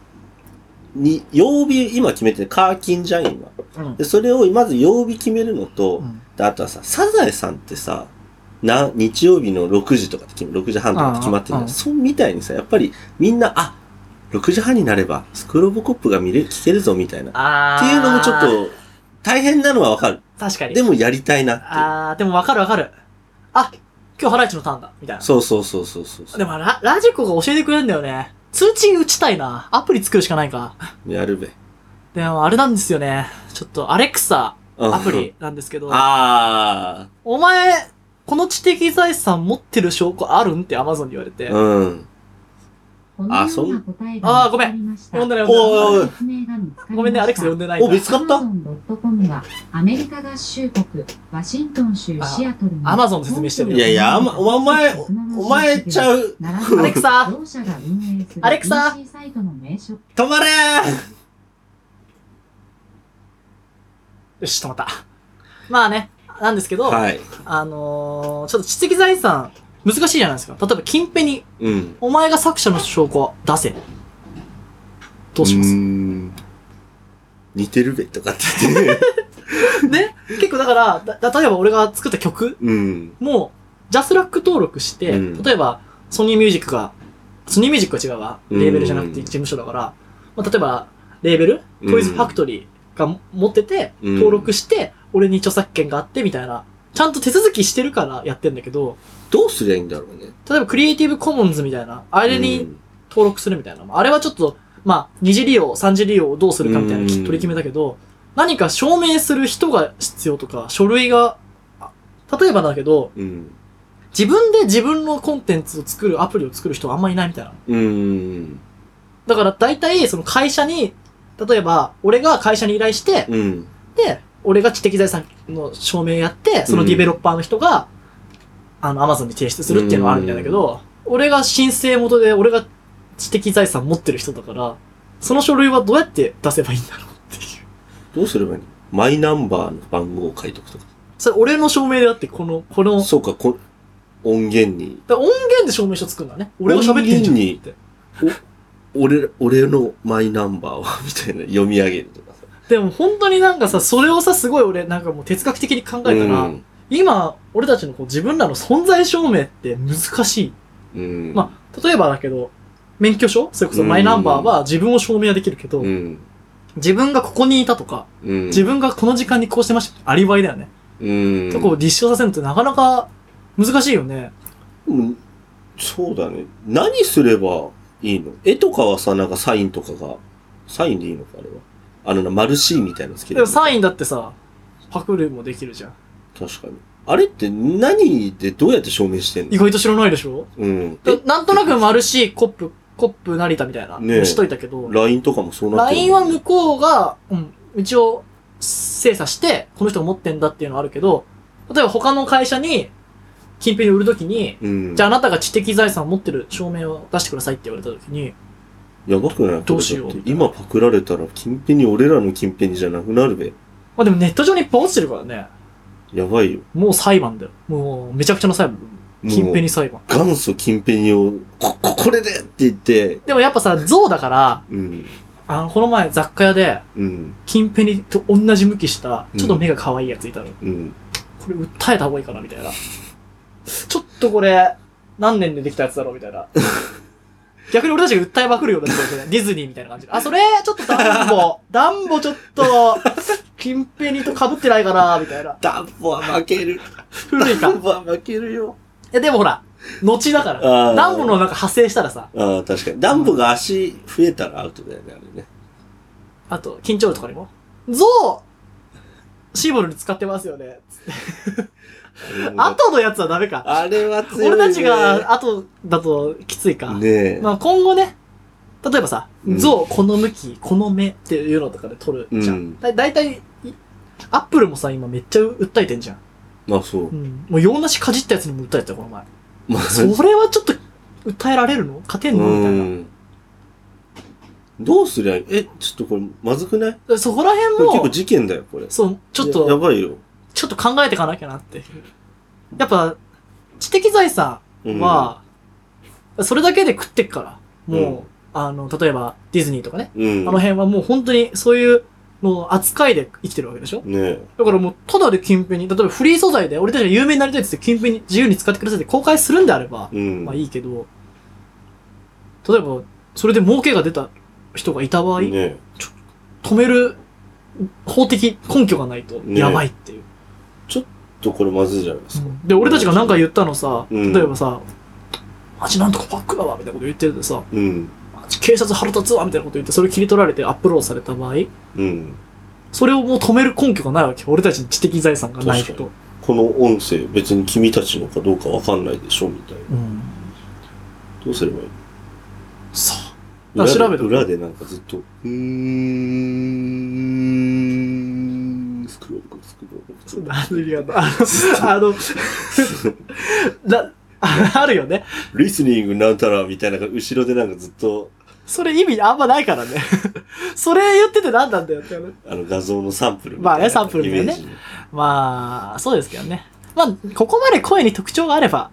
A: に、曜日今決めてる、カーキンじゃん、今。
B: うん
A: で、それをまず曜日決めるのと、
B: うん
A: であとはさ、サザエさんってさ、な、日曜日の6時とかって決め、6時半とかって決まってるじ
B: あ
A: ゃ
B: あ
A: ん。そうみたいにさ、やっぱりみんな、あ、6時半になれば、スクロボコップが見れ、聞けるぞ、みたいな。っ
B: あ
A: て
B: ー
A: いうのもちょっと、大変なのはわかる。
B: 確かに
A: でもやりたいなって
B: あーでもわかるわかるあ今日ハライチのターンだみたい
A: いう。
B: な
A: そうそうそうそうそうそう。
B: でもララジコが教えてくれるんだよね通知打ちたいなアプリ作るしかないか
A: やるべ。
B: でもあれなんですよねちょっとアレクサ
A: うん
B: アプ。リなんですけど
A: あ
B: お前この知的財産持ってる証拠あるんってアマゾンに言われて、
A: あ。うん。
C: あ、そん。
B: あーごめん呼んでな
A: お
B: い呼んでない
A: いおい
B: ごめんね、アレックス呼ん
C: で。
B: でないんだ
A: お別使った
C: アマゾン .com は、アメリカ合衆国、ワシントン州シアトルに
B: あアマゾン説明してるよ
A: いやいや、あま、お前、おお前ちゃう。
C: ア
B: アレクサ
C: 同社が運営する
B: アレクサ
C: EC サイトの名称
A: 止まれ
B: よし、止まった。まあね、なんですけど、
A: はい。
B: あのー、ちょっと知的財産、難しいじゃないですか。例えば、金ペに、
A: うん。
B: お前が作者の証拠を出せ。ど
A: ど
B: うします
A: 似てるべとかって言って。
B: ね結構だからだ、例えば俺が作った曲
A: うん。
B: も、ジャスラック登録して、
A: うん
B: 例えば、ソニーミュージックが、ソニーミュージックは違うわ。レーベルじゃなくて
A: うん
B: 事務所だから、まあ、例えば、レーベル
A: うん
B: トイズファクトリーが持ってて、
A: うん
B: 登録して、俺に著作権があって、みたいな。ちゃんと手続きしてるからやってんだけど、
A: どうすりゃいいんだろうね。
B: 例えばクリエイティブコモンズみたいな、あ
A: あ
B: れに登録するみたいな。あれはちょっと、まあ、二次利用、三次利用をどうするかみたいな
A: うん
B: 取り決めだけど、何か証明する人が必要とか、書類が、あ例えばだけど、
A: うん。
B: 自分で自分のコンテンツを作る、アプリを作る人はあんまいないみたいな。
A: うん。
B: だから大体、その会社に、例えば、俺が会社に依頼して、
A: うん。
B: で、俺が知的財産の証明やって、そのディベロッパーの人が、あの、アマゾンに提出するっていうのはあるみたいだけど、俺が申請元で、俺が知的財産持ってる人だから、その書類はどうやって出せばいいんだろうっていう。
A: どうすればいいのマイナンバーの番号を書いとくとか。
B: それ俺の証明でだって、この、この、だか
A: そうか、こ音源に、
B: ら音源で証明書作るんだね。俺が喋ってんじゃんって。
A: 俺、俺のマイナンバーは、みたいな読み上げるとかさ。
B: でも本当になんかさ、それをさ、すごい俺なんかもう哲学的に考えたら、
A: うん。
B: 今、俺たちのこう自分らの存在証明って難しい。
A: うん。
B: まあ、例えばだけど、免許証それこそマイナンバーは自分を証明はできるけど、
A: うん。
B: 自分がここにいたとか、
A: うん。
B: 自分がこの時間にこうしてましたってアリバイだよね。
A: うん。
B: そこを立証させるのってなかなか難しいよね。
A: うんそうだね。何すればいいの絵とかはさ、なんかサインとかが、サインでいいのか、あれは。あのな、マルシーみたいなの好き
B: でもサ
A: イン
B: インだってさ、パクるもできるじゃん。
A: 確かに。あれって何でどうやって証明してんの
B: 意外と知らないでしょ
A: うん。
B: だ
A: え
B: なんとなく丸し、コップ、コップ成田みたいな、
A: ねえ
B: しといたけど、
A: LINE とかもそうなって
B: LINE は向こうが、うん、一応精査して、この人が持ってんだっていうのはあるけど、例えば他の会社に、金品を売るときに、
A: うん。
B: じゃああなたが知的財産を持ってる証明を出してくださいって言われたときに、
A: やばくない
B: どうしよう
A: これだって今パクられたら、金ペニ、俺らの金ペニじゃなくなるべ。
B: まあでもネット上にいっぱい落ちてるからね、
A: やばいよ。
B: もう裁判だよ。もうめちゃくちゃな裁判。
A: もう
B: 金ペニ裁判。
A: 元祖金ペニを、こ、こ、これでって言って、
B: でもやっぱさ、像だから、
A: うん。
B: あの、この前雑貨屋で、
A: うん。
B: 金ペニと同じ向きした、ちょっと目が可愛いやついたの。
A: うん。
B: これ訴えた方がいいかなみたいな。ちょっとこれ、何年でできたやつだろうみたいな。逆に俺たちが訴えまくるような状況で、ディズニーみたいな感じで。あ、それ、ちょっとダンボ、ダンボちょっと、金ペニと被ってないかなみたいな。
A: ダンボは負け る。
B: 古いか。い
A: ボは負けるよ。
B: や、でもほら、後だから。
A: あー
B: ダンボのなんか派生したらさ、
A: ああ、確かに。ダンボが足増えたらアウトだよね、あれね。
B: あと、緊張とかにも。ゾウシーボルに使ってますよね。後のやつはダメか。
A: あれは強い、ね。
B: 俺たちが後だときついか。
A: ねえ。
B: まあ今後ね、例えばさ、
A: うん
B: 像、この向き、この目っていうのとかで撮るじゃん。
A: うん
B: だだいたい、いアップルもさ、今めっちゃ訴えてんじゃん。
A: まあそう
B: う。ん。もう洋梨かじったやつにも訴えてたよ、この前。
A: まあ、
B: それはちょっと、訴えられるの勝てんのみたい
A: ん。どうすりゃいいえ、ちょっとこれ、まずくない
B: な。そこら
A: これ
B: 辺
A: 結構
B: も、
A: 事件だよ、これ。
B: そう、ちょっ
A: やや
B: と、
A: ばいよ。
B: ちょっと考えていかなきゃなっていう。やっぱ、知的財産
A: うん、
B: は、それだけで食ってっから。もう、あの、例えばディズニーとかね。
A: う
B: あ
A: ん。
B: の辺はもう本当にそういうのを扱いで生きてるわけでしょ
A: ねえ。
B: だからもう、ただで近辺に、例えばフリー素材で俺たちが有名になりたいって言って近辺に自由に使ってくださいって公開するんであれば、
A: うん。
B: まあいいけど、例えば、それで儲けが出た人がいた場合、
A: ねえ。
B: 止める法的根拠がないと、
A: ね
B: やばいっていう。
A: と、これまずいじゃないですか。
B: で、俺たちが何か言ったのさ、
A: うん
B: 例えばさ、マジなんとかパックだわ、みたいなこと言っててさ、
A: うん。
B: マジ警察腹立つわ、みたいなこと言って、それ切り取られてアップロードされた場合、
A: うん。
B: それをもう止める根拠がないわけ。俺たちに知的財産がない
A: 確か
B: と
A: に。この音声、別に君たちのかどうかわかんないでしょ、みたいな。
B: うん。
A: どうすればいい
B: そう。
A: 裏
B: あ
A: で
B: 調べた
A: 裏でなんかずっと、うーん、スクロール、スクロール、スクロー
B: あの、あの、 な、 あるよね。
A: ル。リスニングなんたらみたいな、後ろでなんかずっと、
B: それ意味あんまないからね。 それ言ってて何なんだよって話。
A: あの画像のサンプルみ
B: まあ
A: たいな
B: ねサンプルみたいなね
A: イメージ
B: まあ、そうですけどね。まあ、ここまで声に特徴があれば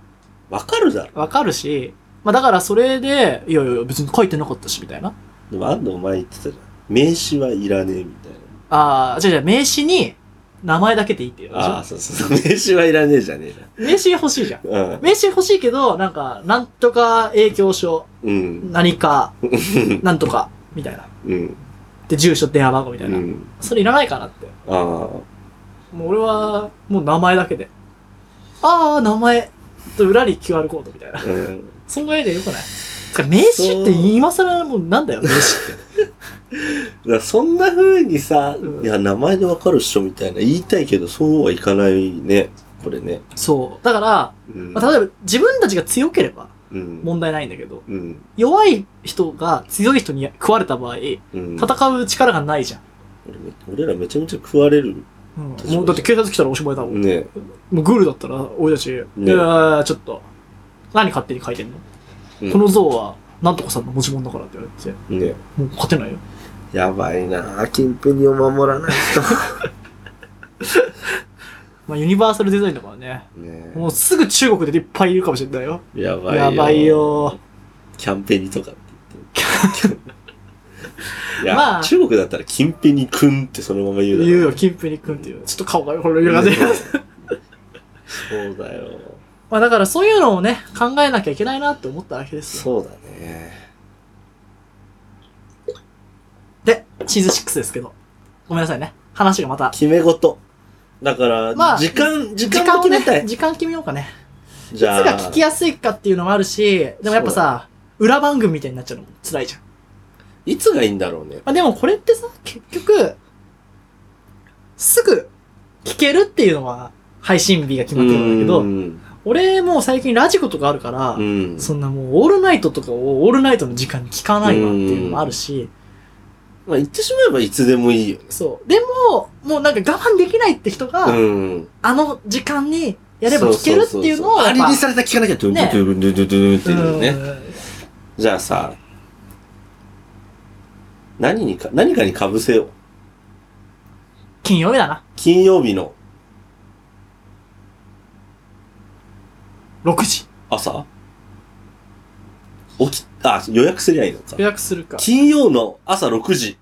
A: わかるだろ。
B: わかるし、まあだからそれで、いやいや別に書いてなかったし、みたいな。
A: でも安藤前言ってたじゃん。名刺はいらねえみたいな。
B: ああ、じゃじゃ名刺に名前だけでいいっていう
A: ああ、そうそうそう。名刺はいらねえじゃね
B: 名刺欲しいじゃん。
A: えな。
B: 名刺欲しいけど、なんか、なんとか影響症、
A: うん。
B: 何か、
A: うん。
B: なんとか、みたいな。
A: うん。
B: で、住所、電話番号みたいうな。
A: ん。
B: それいらないかなって。
A: あ
B: もう俺は、もう名前だけで。ああ、名前。と裏に QR コードみたいな
A: あ。。うん。
B: そんぐらいでよくないつか名刺って今更もうなんだよ、名刺っ
A: だ
B: て。
A: からそんな風にさ、
B: うん
A: いや、名前でわかるっしょみたいな言いたいけど、そうはいかないね。これね。
B: そう。だから、
A: うん。
B: まあ、例えば自分たちが強ければ
A: うん。
B: 問題ないんだけど、
A: うん。
B: 弱い人が強い人に食われた場合、
A: うん。
B: 戦う力がないじゃん。
A: 俺め俺らめちゃめちゃ食われる。
B: うん、
A: 確かに
B: もうだって警察来たらおしまいだもん。
A: ね。
B: もうグールだったら俺たち、い
A: ね
B: やちょっと、何勝手に書いてんの、
A: うん
B: この像は、なんとかさんの持ち物だからって言われて、
A: ね。
B: もう勝てないよ。
A: やばいな金ペニを守らない
B: まあ、ユニバーサルデザインだからね。
A: と。ね
B: もうすぐ中国でいっぱいいるかもしれないよ。
A: やばいよ。
B: やばい。よ。
A: キャンペニとかって言ってる。いや、
B: まあ
A: 中国だったら、金ペニくんってそのまま言うだろ
B: 言うよ、キンプに君っていう。ちょっと顔がこれがね。
A: そうだよ。
B: まあだからそういうのをね、考えなきゃいけないなって思ったわけです
A: そ
B: よ。
A: うだね。
B: で、シーズン6ですけど。ごめんなさいね。話がまた。
A: 決め事。だから、
B: まあ
A: 時間、時
B: 時
A: 間
B: 間
A: を
B: を
A: 決め
B: ね
A: たい。、
B: 時間決めようかね。いつ
A: じゃあ、
B: が聞きやすいかっていうのもあるし、でもやっぱさ、裏番組みたいになっちゃうのも辛いじゃん。
A: いつがいいんだろうね。
B: まあでもこれってさ、結局、すぐ聞けるっていうのは配信日が決まってるんだけど、
A: うん。
B: 俺もう最近ラジコとかあるから、
A: うん
B: そんなもうオールナイトとかをオールナイトの時間に聞かないわっていうのもあるし、
A: まあ、言ってしまえばいつでもいいよね。
B: そう。でも、もうなんか我慢できないって人が、
A: うん。
B: あの時間にやれば聞けるっていうの
A: そそそ
B: を
A: そあ
B: やっ
A: れ
B: ぱ、
A: にされたら聞かなきゃ、ドゥンドゥ
B: ね
A: ンドゥンドゥンドゥンドゥンっていううんね。じゃあさ、何にか、何かに被せよう。
B: 金曜日だな。
A: 金曜日の
B: 6時。
A: 朝起き、あ、予約すりゃいいのか
B: 予。約するか。
A: 金曜の朝6時。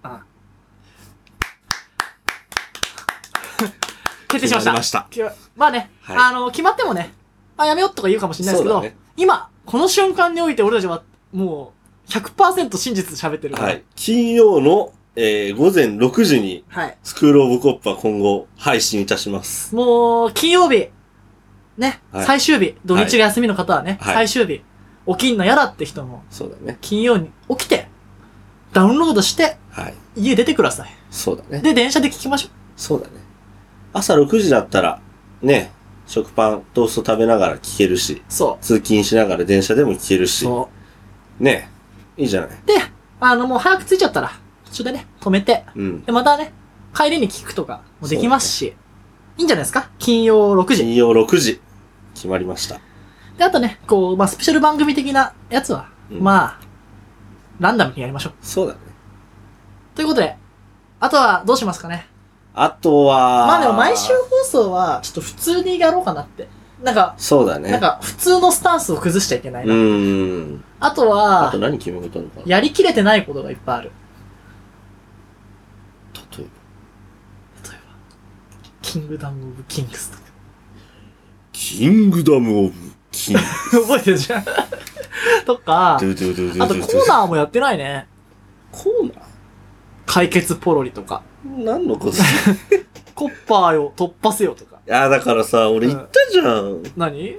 B: 決定しまし
A: 決
B: た。
A: まりました
B: 決ままあね、
A: はい
B: あの、決まってもね、あ、やめようとか言うかもしれないですけ
A: そ
B: ど、
A: うだね
B: 今、この瞬間において俺たちは、もう、100%真実喋ってるから。
A: はい。金曜の、えー午前6時に、
B: はい。
A: スクールオブコップは今後、配信いたします。
B: もう、金曜日、ね、
A: はい
B: 最終日、土日が休みの方はね、
A: はい
B: 最終日、起きんの嫌だって人も、
A: そうだね。
B: 金曜に起きて、ダウンロードして、
A: はい。
B: 家出てください。
A: そうだね。
B: で、電車で聞きましょ
A: そうだね。朝6時だったら、ね、食パン、トースト食べながら聞けるし、
B: う。そ
A: 通勤しながら電車でも聞ける
B: う。
A: し、
B: そう。
A: ね、いいじゃない。
B: で、あの、もう早く着いちゃったら、途中でね、止めて、
A: うん。
B: で、またね、帰りに聞くとかもできますし、いいんじゃないですか金曜6時。
A: 金曜6時、決まりました。
B: で、あとね、こう、まあ、スペシャル番組的なやつは、
A: うん
B: まあ、ランダムにやりましょう。
A: そうだね。
B: ということで、あとはどうしますかね
A: あとは、
B: まあでも毎週放送は、ちょっと普通にやろうかなって。なんか、
A: そうだ
B: なん
A: ね。
B: か、普通のスタンスを崩しちゃいけないうな。
A: ーん。
B: あと
A: あ
B: は
A: と、何決め事あるかな
B: やりきれてないことがいっぱいある。
A: 例えば。
B: 例えば、キングダム・オブ・キングスとか。
A: キングダム・オブ・キング。
B: 覚えてるじゃん。 と か、あ
A: ド
B: と
A: ゥドゥドゥド
B: コ
A: ゥドゥドゥ
B: ーナーもやってないね。
A: コーナ
B: 解決ポロリとか、
A: ー何のこと
B: コッパーよ、突破せよとか。
A: あ、だからさ、俺言ったじゃん。
B: 何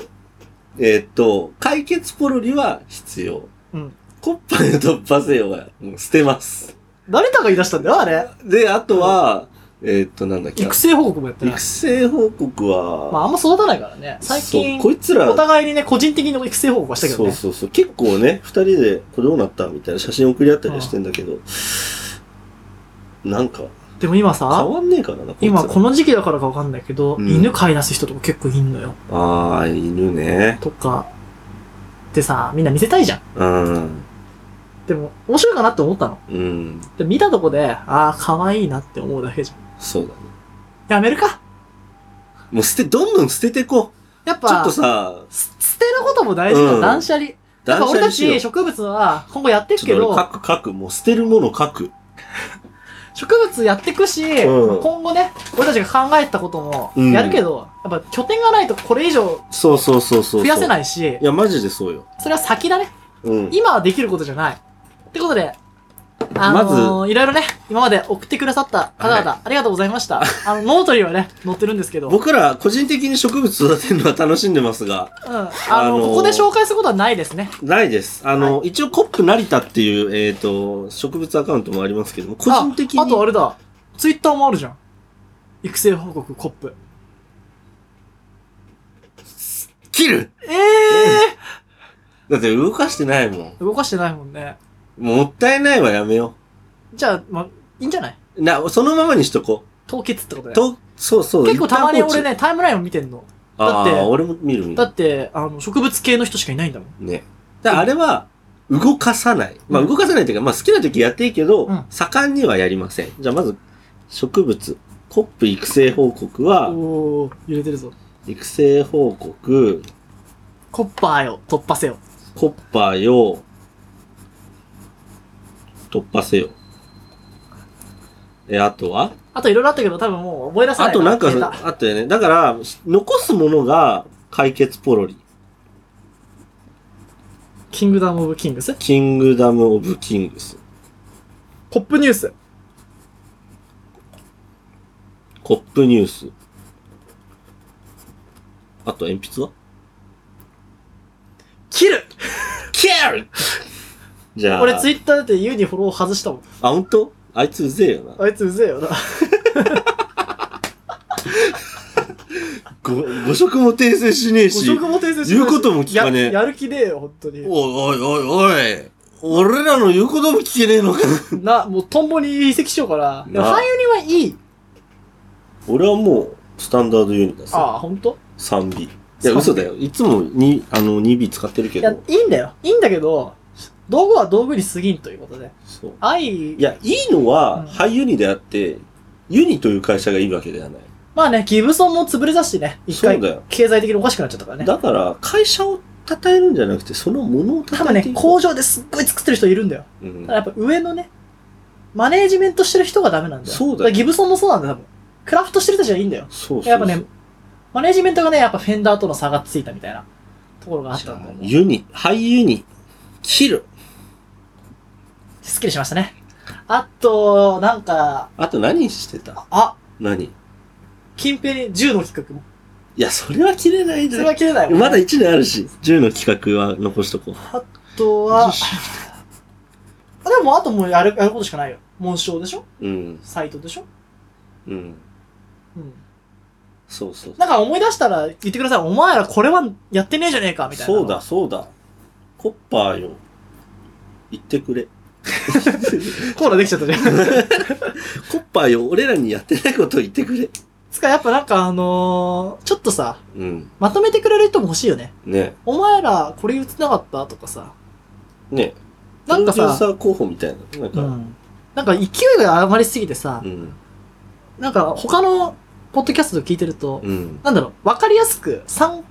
A: えーっと、解決ポロリは必要。
B: うん。
A: コッパで突破せよは、もう捨てます。
B: 誰かが言い出したんだよ、あれ。
A: で、あとは、えーっと、なんだっけ。
B: 育成報告もやってない
A: 育。成報告は、
B: まあ、あんま育たないからね。最
A: そ
B: 近
A: う、こいつら、
B: お互いにね、個人的に育成報告はしたけど
A: そう
B: ね。
A: そうそう。結構ね、二人で、これどうなったみたいな写真送り合ったりしてんだけど、なんか、
B: でも今
A: 変
B: さ、
A: わんねえからな、こいつら
B: 今この時期だからかわかんないけど、
A: うん
B: 犬飼い出す人とか結構いんのよ。
A: ああ、犬ね。
B: とか。でさ、みんな見せたいじゃん。
A: うん。
B: でも、面白いかなって思ったの。
A: うん。
B: で、見たとこで、ああ、可愛いなって思うだけじゃん。
A: そうだね。
B: やめるか。
A: もう捨て、どんどん捨ててこ
B: やっ
A: う。ちょっ
B: ぱ、
A: とさ、
B: す捨てることも大事だ、
A: うん
B: 断捨離。やっぱ
A: 断捨
B: 俺
A: 離
B: た
A: しよ
B: ち
A: う。
B: 植物は今後やっていく
A: ち
B: け
A: ょっと
B: ど
A: 俺、書く書く。もう捨てるもの書く。
B: 植物やっていくし、
A: うん
B: 今後ね、俺たちが考えたことも
A: うん
B: やるけど、やっぱ拠点がないとこれ以上
A: そうそうそうそう。。
B: 増やせないいし
A: い、や、マジでそうよ。
B: それは先だね。
A: うん。
B: 今はできることじゃない。ってことで、あのーいろいろね、今まで送ってくださった方々、
A: は
B: ありがとうございました。 あの、ノートにはね、載ってるんですけど、うん。
A: 僕ら、個人的に植物育てるのは楽しんでますが、
B: あの、
A: あのー
B: ここで紹介することはないですね。
A: ないです。あの、一応、コップ成田っていう、えっ、と、植物アカウントもありますけども、個人的に。
B: ああとあれだ、ツイッターもあるじゃん。育成報告コップ。
A: 切る
B: ええ
A: だって動かしてないもん。
B: ー、動かしてないもんね。
A: もったいないはやめよ。
B: じゃあ、まあ、いいんじゃないう
A: な、そのままにしとこ
B: 凍結ってこと
A: う。
B: で。
A: と、そうそう。
B: 結構たまに
A: 一旦放
B: 俺
A: 置。
B: ね、タイムラインを見てんの。
A: あ
B: だって
A: あ、俺も見る見
B: だ
A: る。
B: って、あの、植物系の人しかいないんだもん。
A: ね。だからあれは、動かさない。まあ、
B: うん
A: 動かさないっていうか、まあ、好きな時やっていいけど、
B: うん
A: 盛んにはやりません。じゃあ、まず、植物。コップ育成報告は、
B: おー、揺れてるぞ。
A: 育成報告、
B: コッパーよ、突破せよ。
A: コッパーよ、突破せよ。え、あとは
B: あといろいろあったけど、多分もう思い出せない
A: あとなんか
B: 消えた、
A: あったよね。だから、残すものが解決ポロリ。
B: キングダム・オブ・キングス
A: キングダム・オブ・キングス。
B: ポップニュース。
A: コップニュース。あと、鉛筆は
B: 切る
A: キャルじゃあ、
B: 俺ツイッターでユーにフォロー外したもん。
A: あ、ほんとあいつうぜえよな。
B: あいつうぜえよな。
A: ご、誤食も訂正しねえ
B: 五
A: し。
B: 色も訂正しないし
A: 言うことも聞かねえ
B: ややる気ねえよ、本当に。
A: おいおいおいおい。俺らの言うことも聞けねえのか。
B: な、もうトンボに移籍しようから。でも
A: な
B: 俳優にはいい。
A: 俺はもう、スタンダードユニださ。
B: ああ、本当
A: 3B。い
B: 3B
A: や、嘘だよ。いつもに、あの、2B 使ってるけ
B: いや
A: ど。、
B: いいんだよ。いいんだけど、道具は道具に過ぎんということで。
A: そう。
B: 愛
A: い、や、いいのは
B: う、ん
A: ハイユニであって、ユニという会社がいいわけではない。
B: まあね、ギブソンも潰れたしね。一
A: そ
B: 回
A: う、だよ。
B: 経済的におかしくなっちゃったからね。
A: だから、会社を称えるんじゃなくて、そのものを
B: 多
A: 称
B: 分
A: え
B: ね
A: て、いこ
B: 工場ですっごい作ってる人いるんだよ。
A: う。うん
B: ただやっぱ上のね、マネージメントしてる人がダメなんだよ。
A: そうだよ
B: からギブソンもそうなんだよ、多分。クラフトしてる人たちはいいんだよ。
A: そうそうそう。
B: やっぱね、マネージメントがね、やっぱフェンダーとの差がついたみたいなところがあっ
A: じ
B: た
A: ゃ
B: んだ
A: あ
B: よ、ね。
A: ユニ、ハイユニ、切る。
B: すっきりしましたね。あと、なんか、
A: あと何してた
B: あ、
A: 何い
B: 近辺に銃の企画も。
A: や、それは切れない
B: そ
A: で
B: れ。は切れないもんね、
A: まだ1年あるし、10の企画は残しとこう。
B: あとは、あでもあともうやるやることしかないよ。紋章でしょ
A: うん、
B: サイトでしょ
A: うん。
B: うん。
A: そうそう。
B: なんか思い出したら言ってください。お前らこれはやってねえじゃねえか、みたいな。
A: そうだ、。そうだ。コッパーよ。言ってくれ。
B: コーラできちゃったじゃん。
A: コッパーよ、俺らにやってないことを言ってくれ。
B: つか、やっぱなんかあのーちょっとさ、
A: うん。
B: まとめてくれる人も欲しいよね。
A: ね。
B: お前らこれ言ってなかったとかさ。
A: ね。
B: なんか
A: プロデュー
B: さ、
A: サー候補みたいな。なん
B: う
A: か、
B: ん。なんか勢いが余りすぎてさ、
A: うん。
B: なんか他のポッドキャストを聞いてると、
A: うん。
B: なんだろう、わかりやすく参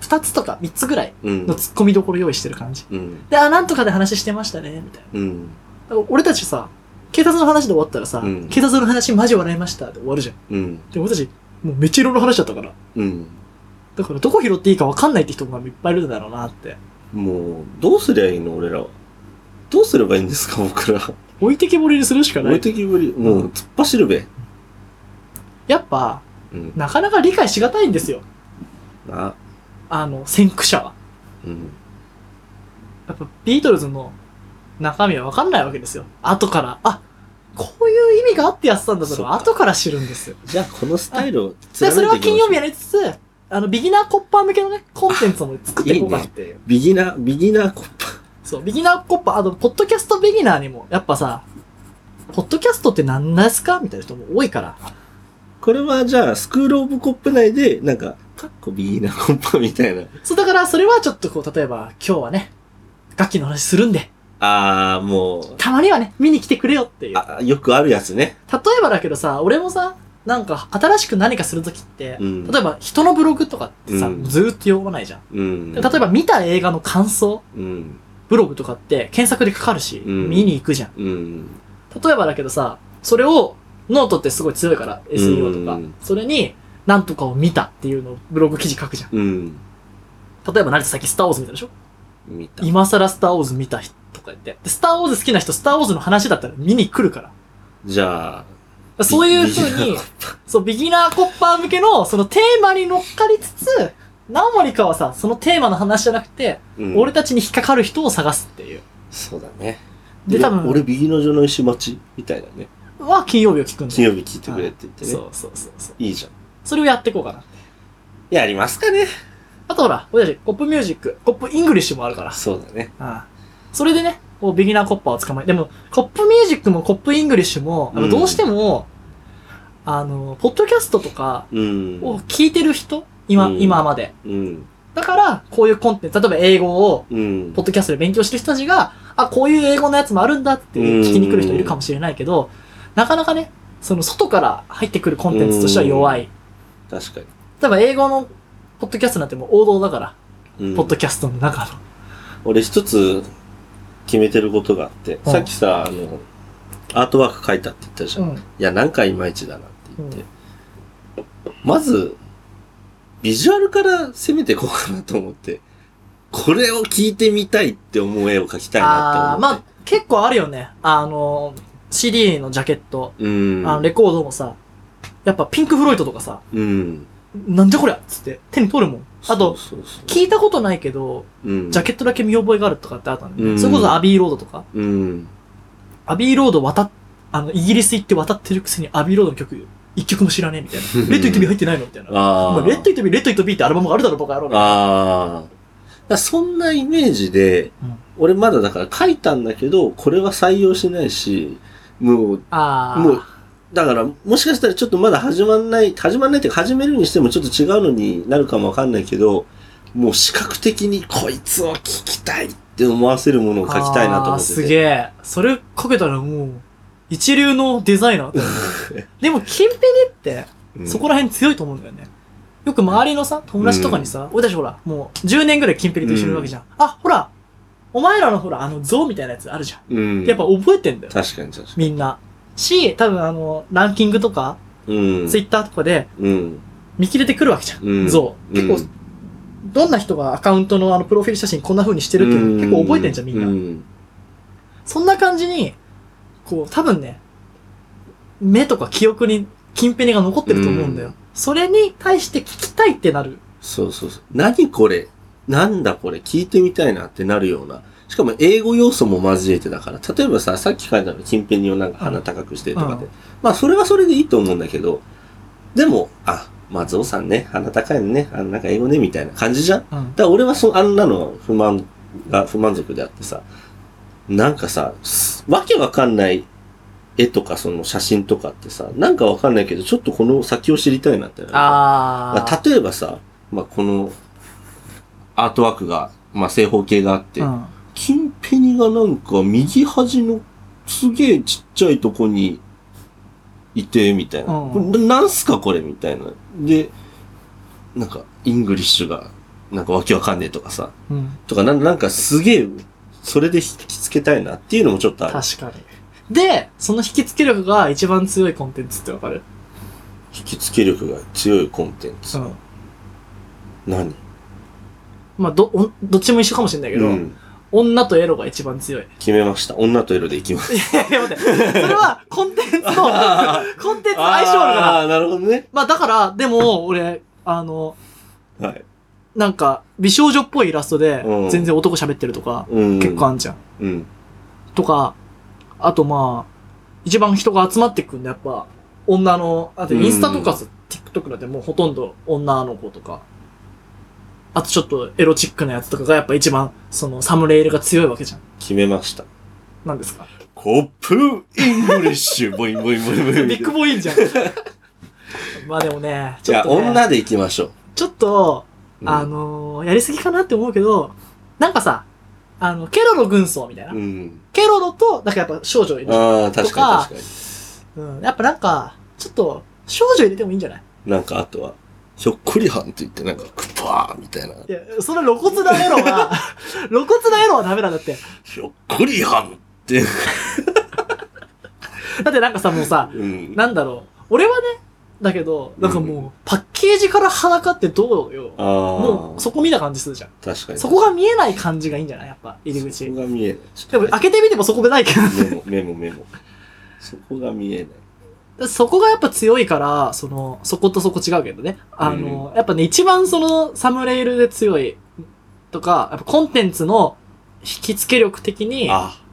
B: 2つとか3つぐらい
A: うん
B: の。突っ込みどころ用意してる感じ。
A: うん。
B: で、あ、なんとかで話してましたね、みたいな。
A: うん。
B: だから俺たちさ、警察の話で終わったらさ、
A: うん
B: 警察の話マジ笑いましたで終わるじゃん。
A: うん。
B: で、俺たち、もうめっちゃいろんな話だったから。
A: うん。
B: だからどこ拾っていいかわかんないって人がいっぱいいるんだろうなって。
A: もう、どうすりゃいいの俺らは。どうすればいいんですか 僕ら。
B: 置いてけぼりにするしかな
A: 俺
B: い。
A: 的ぶり、もう、突っ走るべ。
B: やっぱ、
A: うん。
B: なかなか理解しがたいんですよ。
A: な。
B: あの、先駆者は。
A: うん。
B: やっぱビートルズの中身はわかんないわけですよ。後から、あ、こういう意味があってやってたんだと
A: そう
B: か、
A: か
B: 後から知るんですよ。
A: じゃあ、このスタイルを
B: でそれは金曜日や
A: ね。
B: りつつ、あの、ビギナーコッパー向けのね、コンテンツも作 っていこうかなっていう。
A: ビギナー、ビギナーコッパ。
B: そう、ビギナーコッパー、あの、ポッドキャストビギナーにも、やっぱさ、ポッドキャストって何なんですかみたいな人も多いから。
A: これはじゃあ、スクールオブコップ内で、なんか、かっこビギナーコッパみたいな。
B: そう、だから、それはちょっとこう、例えば、今日はね、楽器の話するんで、
A: あー、もう、
B: たまにはね、見に来てくれよっていう。
A: あ、よくあるやつね。
B: 例えばだけどさ、俺もさ、なんか新しく何かするときって、
A: うん
B: 例えば人のブログとかってさ、
A: うん
B: ずーっと読まないじゃん。
A: うん。
B: 例えば見た映画の感想、
A: うん。
B: ブログとかって検索でかかるし、
A: うん
B: 見に行くじゃん。
A: うん。
B: 例えばだけどさ、それを、ノートってすごい強いから、SEO とか、
A: うん
B: それに、なんとかを見たっていうのをブログ記事書くじゃ
A: うん。
B: ん。例えば何さっきスターウォーズ見たでしょ
A: 見た。
B: 今更スターウォーズ見た人とか言って。でスターウォーズ好きな人、スターウォーズの話だったら見に来るから。
A: じゃあ、
B: そういうふう
A: ビギ
B: に、そう、ビギナーコッパー向けの、そのテーマに乗っかりつつ、何割かはさ、そのテーマの話じゃなくて、
A: うん
B: 俺、たちに引っかかる人を探すっていう。
A: そうだね。
B: で、
A: いや
B: 多分、
A: 俺、右の女の石待ちみたいなね。
B: は金曜日を聞くんだ
A: 金
B: よ。
A: 曜日聞いてくれって言ってね。
B: そうそうそうそう。
A: いいじゃん。
B: それをやっていこうかな。
A: やりますかね。
B: あとほら、俺たち、コップミュージック、コップイングリッシュもあるから。
A: そうだね。
B: ああそれでね、こうビギナーコッパーを捕まえ、でも、コップミュージックもコップイングリッシュも、あ
A: う
B: の
A: ん
B: どうしても、あの、ポッドキャストとか
A: うん。
B: を聞いてる人、今、
A: うん
B: 今まで。
A: うん。
B: だから、こういうコンテンツ、例えば英語を、
A: うん。
B: ポッドキャストで勉強してる人たちが、あ、こういう英語のやつもあるんだって
A: うん
B: 聞きに来る人いるかもしれないけど、なかなかね、その外から入ってくるコンテンツとしては弱い。
A: 確か
B: 例えば英語のポッドキャストなんてもう王道だから、
A: に。うん
B: ポッドキャストの中の。
A: 俺一つ決めてることがあって、
B: うん
A: さっきさ、あの、アートワーク書いたって言ったじゃん。い
B: うん
A: や、なんかいまいちだなって言って。まず、ビジュアルから攻めていこうかなと思って、これを聞いてみたいって思う絵を描きたいな
B: あ
A: っ
B: ー
A: て思
B: ま
A: っ
B: あ結構あるよね。あの、CD のジャケット、
A: て。うん。
B: あのレコードもさ、やっぱピンク・フロイトとかさ、
A: うん。
B: なんじゃこりゃっつって手に取るもん。あと、
A: そうそうそう、
B: 聞いたことないけど、
A: うん、
B: ジャケットだけ見覚えがあるとかってあったんだよね。
A: うん
B: それこそアビーロードとか。
A: うん。
B: アビーロード渡っ、あの、イギリス行って渡ってるくせにアビーロードの曲、一曲も知らねえみたいな。レッド・イット・ビー入ってないのみたいな。お
A: ああ。
B: 前レッド・イット・ビー、レッド・イット・ビーってアルバムがあるだろ、バカ野郎。
A: ああ。だからそんなイメージで、
B: うん
A: 俺まだだから書いたんだけど、これは採用しないし、もう、
B: あー
A: もう、だからもしかしたらちょっとまだ始まんない、始まんないっていうか始めるにしてもちょっと違うのになるかもわかんないけど、もう視覚的にこいつを聞きたいって思わせるものを書きたいなと思
B: あー
A: ってて。
B: すげえ。それかけたらもう、一流のデザイナーだよ ねでも、キンペニって、
A: うん
B: そこら辺強いと思うんだよね。よく周りのさ、友達とかにさ、俺たちほら、もう10年ぐらいキンペニと一緒にいるわけじゃん。あ、ほら、お前らのほら、あの像みたいなやつあるじゃん。
A: うん。
B: やっぱ覚えてんだよ、
A: 確かに確か
B: みんな。し、多分あの、ランキングとか、
A: に。うん。
B: ツイッターとかで
A: うん。
B: 見切れてくるわけじゃん。
A: うん
B: 像。結構、
A: うん
B: どんな人がアカウントのあの、プロフィール写真こんな風にしてるっていうの結構覚えてんじゃん、みんな。
A: うん。
B: そんな感じに、こう、多分ね、目とか記憶に、キンペニが残ってると思うんだよ。
A: うん
B: それに対して聞きたいってなる。
A: そうそうそう。何これなんだこれ聞いてみたいなってなるような。しかも英語要素も交えてだから。例えばさ、さっき書いたの近辺にをなんか鼻高くしてとかで。
B: うん
A: まあそれはそれでいいと思うんだけど、でも、あ、まあゾウさんね、鼻高いのね、あのなんか英語ね、みたいな感じじゃんだか
B: うん。
A: ら俺はそ、あんなの不満が、不満足であってさ、なんかさ、すわけわかんない絵とかその写真とかってさ、なんかわかんないけど、ちょっとこの先を知りたいなってなる
B: あー。
A: 例えばさ、まあ、このアートワークが、まあ、正方形があって、
B: うん、
A: 金ペニがなんか右端のすげえちっちゃいとこにいて、みたいな。
B: うん
A: これななんすかこれみたいな。で、なんか、イングリッシュがなんかわけわかんねえとかさ、
B: うん。
A: とか、なんなんかすげえ、それで引きつけたいなっていうのもちょっとある。
B: 確かに。で、その引き付け力が一番強いコンテンツってわかる
A: 引きつけ力が強いコンテンツ。
B: ん。
A: 何
B: まあ、ど、おどっちも一緒かもしれないけど、
A: うん。
B: 女とエロが一番 強い。
A: 決めました。女とエロでいきます。
B: いやいや、待って。それは、コンテン ツの、
A: あ
B: コンテンツの相性あるから。
A: ああー、なるほどね。
B: まあ、だから、でも、俺、あの、
A: はい。
B: なんか、美少女っぽいイラストで
A: う、ん
B: 全然男喋ってるとか、
A: うん。
B: 結構あんじゃん。
A: うん。
B: とか、あとまあ、一番人が集まってくんだ、やっぱ、女の、あとインスタとかさ、TikTok なんてもうほとんど女の子とか、あとちょっとエロチックなやつとかがやっぱ一番、そのサムネイルが強いわけじゃん。
A: 決めました。
B: なんですか
A: コップイングリッシュ。ボインボインボインボイン。
B: ビッグボーインじゃん。 まあでもね、ち
A: じゃ
B: ょっ
A: あ、
B: と、ね、
A: 女でいきましょう。
B: ちょっと、
A: うん
B: あ、のーやりすぎかなって思うけど、なんかさ、あの、ケロロ軍曹みたいな。
A: うん。
B: ケロロと、なんかやっぱ少女いるじゃん。
A: ああ、確
B: とか
A: かに確か
B: うん。やっぱなんか、ちょっと、少女入れてもいいんじゃない
A: に。なんか、あとは、ひょっこりはんって言って、なんか、クパーみたいな。
B: いや、その露骨なエロ は、露骨なエロはダメなんだって。
A: ひょっこりはんって。
B: だってなんかさ、もうさ、
A: うん。
B: なんだろう。俺はね、だけど、なんかもう、パッケージから裸ってどうよ。
A: ああ、
B: もう、そこ見た感じするじゃん。
A: 確かに。
B: そこが見えない感じがいいんじゃないやっぱ、入り
A: そ
B: 口
A: こ。が見えない。
B: でも、開けてみてもそこでないけ
A: メモ、メモ、メモ。そこが見えない。
B: ど。 そこがやっぱ強いから、その、そことそこ違うけどね。あの、やっぱね、一番その、サムレイルで強い、とか、やっぱコンテンツの引き付け力的に、
A: ああ。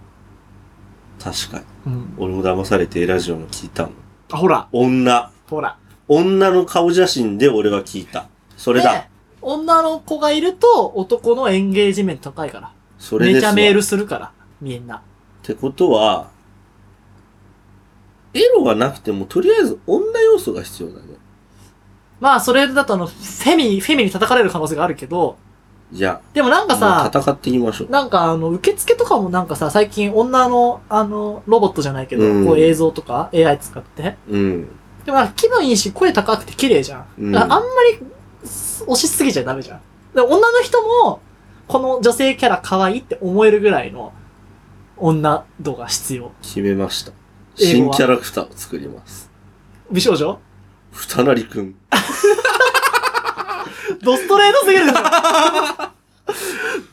A: 確かに。
B: うん
A: 俺も騙されてラジオの聞いたの。
B: あ、ほら、
A: 女。
B: ほら。
A: 女の顔写真で俺は聞いた。それだ
B: で。女の子がいると男のエンゲージメント高いから。
A: それ
B: め
A: です
B: ちゃ
A: わ。
B: メー
A: っ
B: ルするから、みんな。
A: てことは、エロがなくても、とりあえず女要素が必要だね。
B: まあ、それだとあの、フェミ、フェミに叩かれる可能性があるけど、
A: じゃ
B: でもなん
A: あ、も
B: か
A: う
B: さ、
A: 戦っていきましょう。
B: なんかあの、受付とかもなんかさ、最近女の、あの、ロボットじゃないけど、
A: うん
B: こう映像とか AI 使って。
A: うん。
B: でもなんか気分いいし、声高くて綺麗じゃん。
A: うん
B: だからあんまり、す押しすぎちゃダメじゃん。で女の人も、この女性キャラ可愛いって思えるぐらいの女度が必要。
A: 決めました。
B: 英語
A: 新
B: は
A: キャラクターを作ります。
B: 美少女
A: ふたなりくん。
B: ドストレートすぎるでし ょ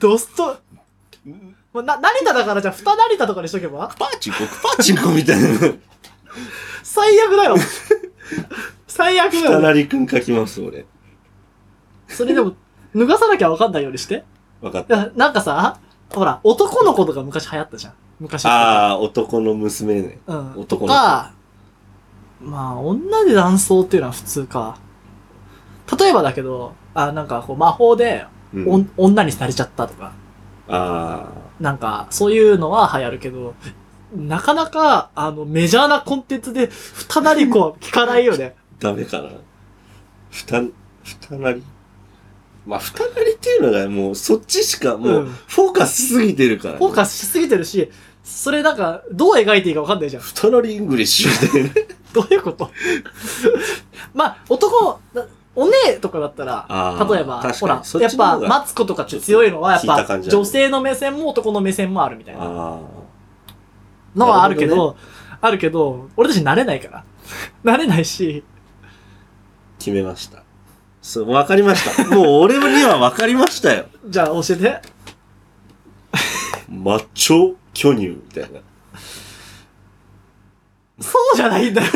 B: ドスト、もうな、成田だからじゃあ、二成田とかにしとけば
A: パーチンコ、クパーチンコみたい な。
B: 最悪 だよ。最悪
A: ふた
B: だ
A: な
B: よ。
A: りくん書きます、俺。
B: それでも、脱がさなきゃわかんないようにして。
A: わ かった。
B: ななんかさ、ほら、男の子とか昔流行ったじゃん。昔。
A: ああ、男の娘ね。
B: うん。
A: 男の子
B: とか、まあ、女で男装っていうのは普通か。例えばだけど、あ、なんかこう魔法で、
A: うん、
B: おん、女にされちゃったとか。
A: あ
B: なんか、そういうのは流行るけど、なかなか、あの、メジャーなコンテンツで、ふたなりこは聞かないよね。
A: あ、ダメかな。ふた、ふたなり。まあ、ふたなりっていうのがもう、そっちしか も
B: う、
A: うんフォーカスしすぎてるから、ね。
B: フォーカスしすぎてるし、それなんか、どう描いていいかわかんないじゃん。
A: ふたなりイングリッシュで、ね。
B: どういうことまあ、男、なお姉とかだったら、
A: あー
B: 例えば、
A: 確かに
B: ほら
A: そ、
B: や
A: っ
B: っ
A: ちの
B: ぱ、
A: 方が
B: マツコとかって強いのは、やっ
A: ちょっと聞い
B: ぱ
A: た感、じある
B: 女性の目線も男の目線 もあるみたいな
A: あ
B: のはあるけ
A: なる
B: ど、あるけど、俺たち慣れないから。慣れないし、
A: あ、決めました。そう、わかりました。もう俺にはわかりましたよ。
B: じゃあ教えて。
A: マッチョ巨乳みたいな。
B: そうじゃないんだよ。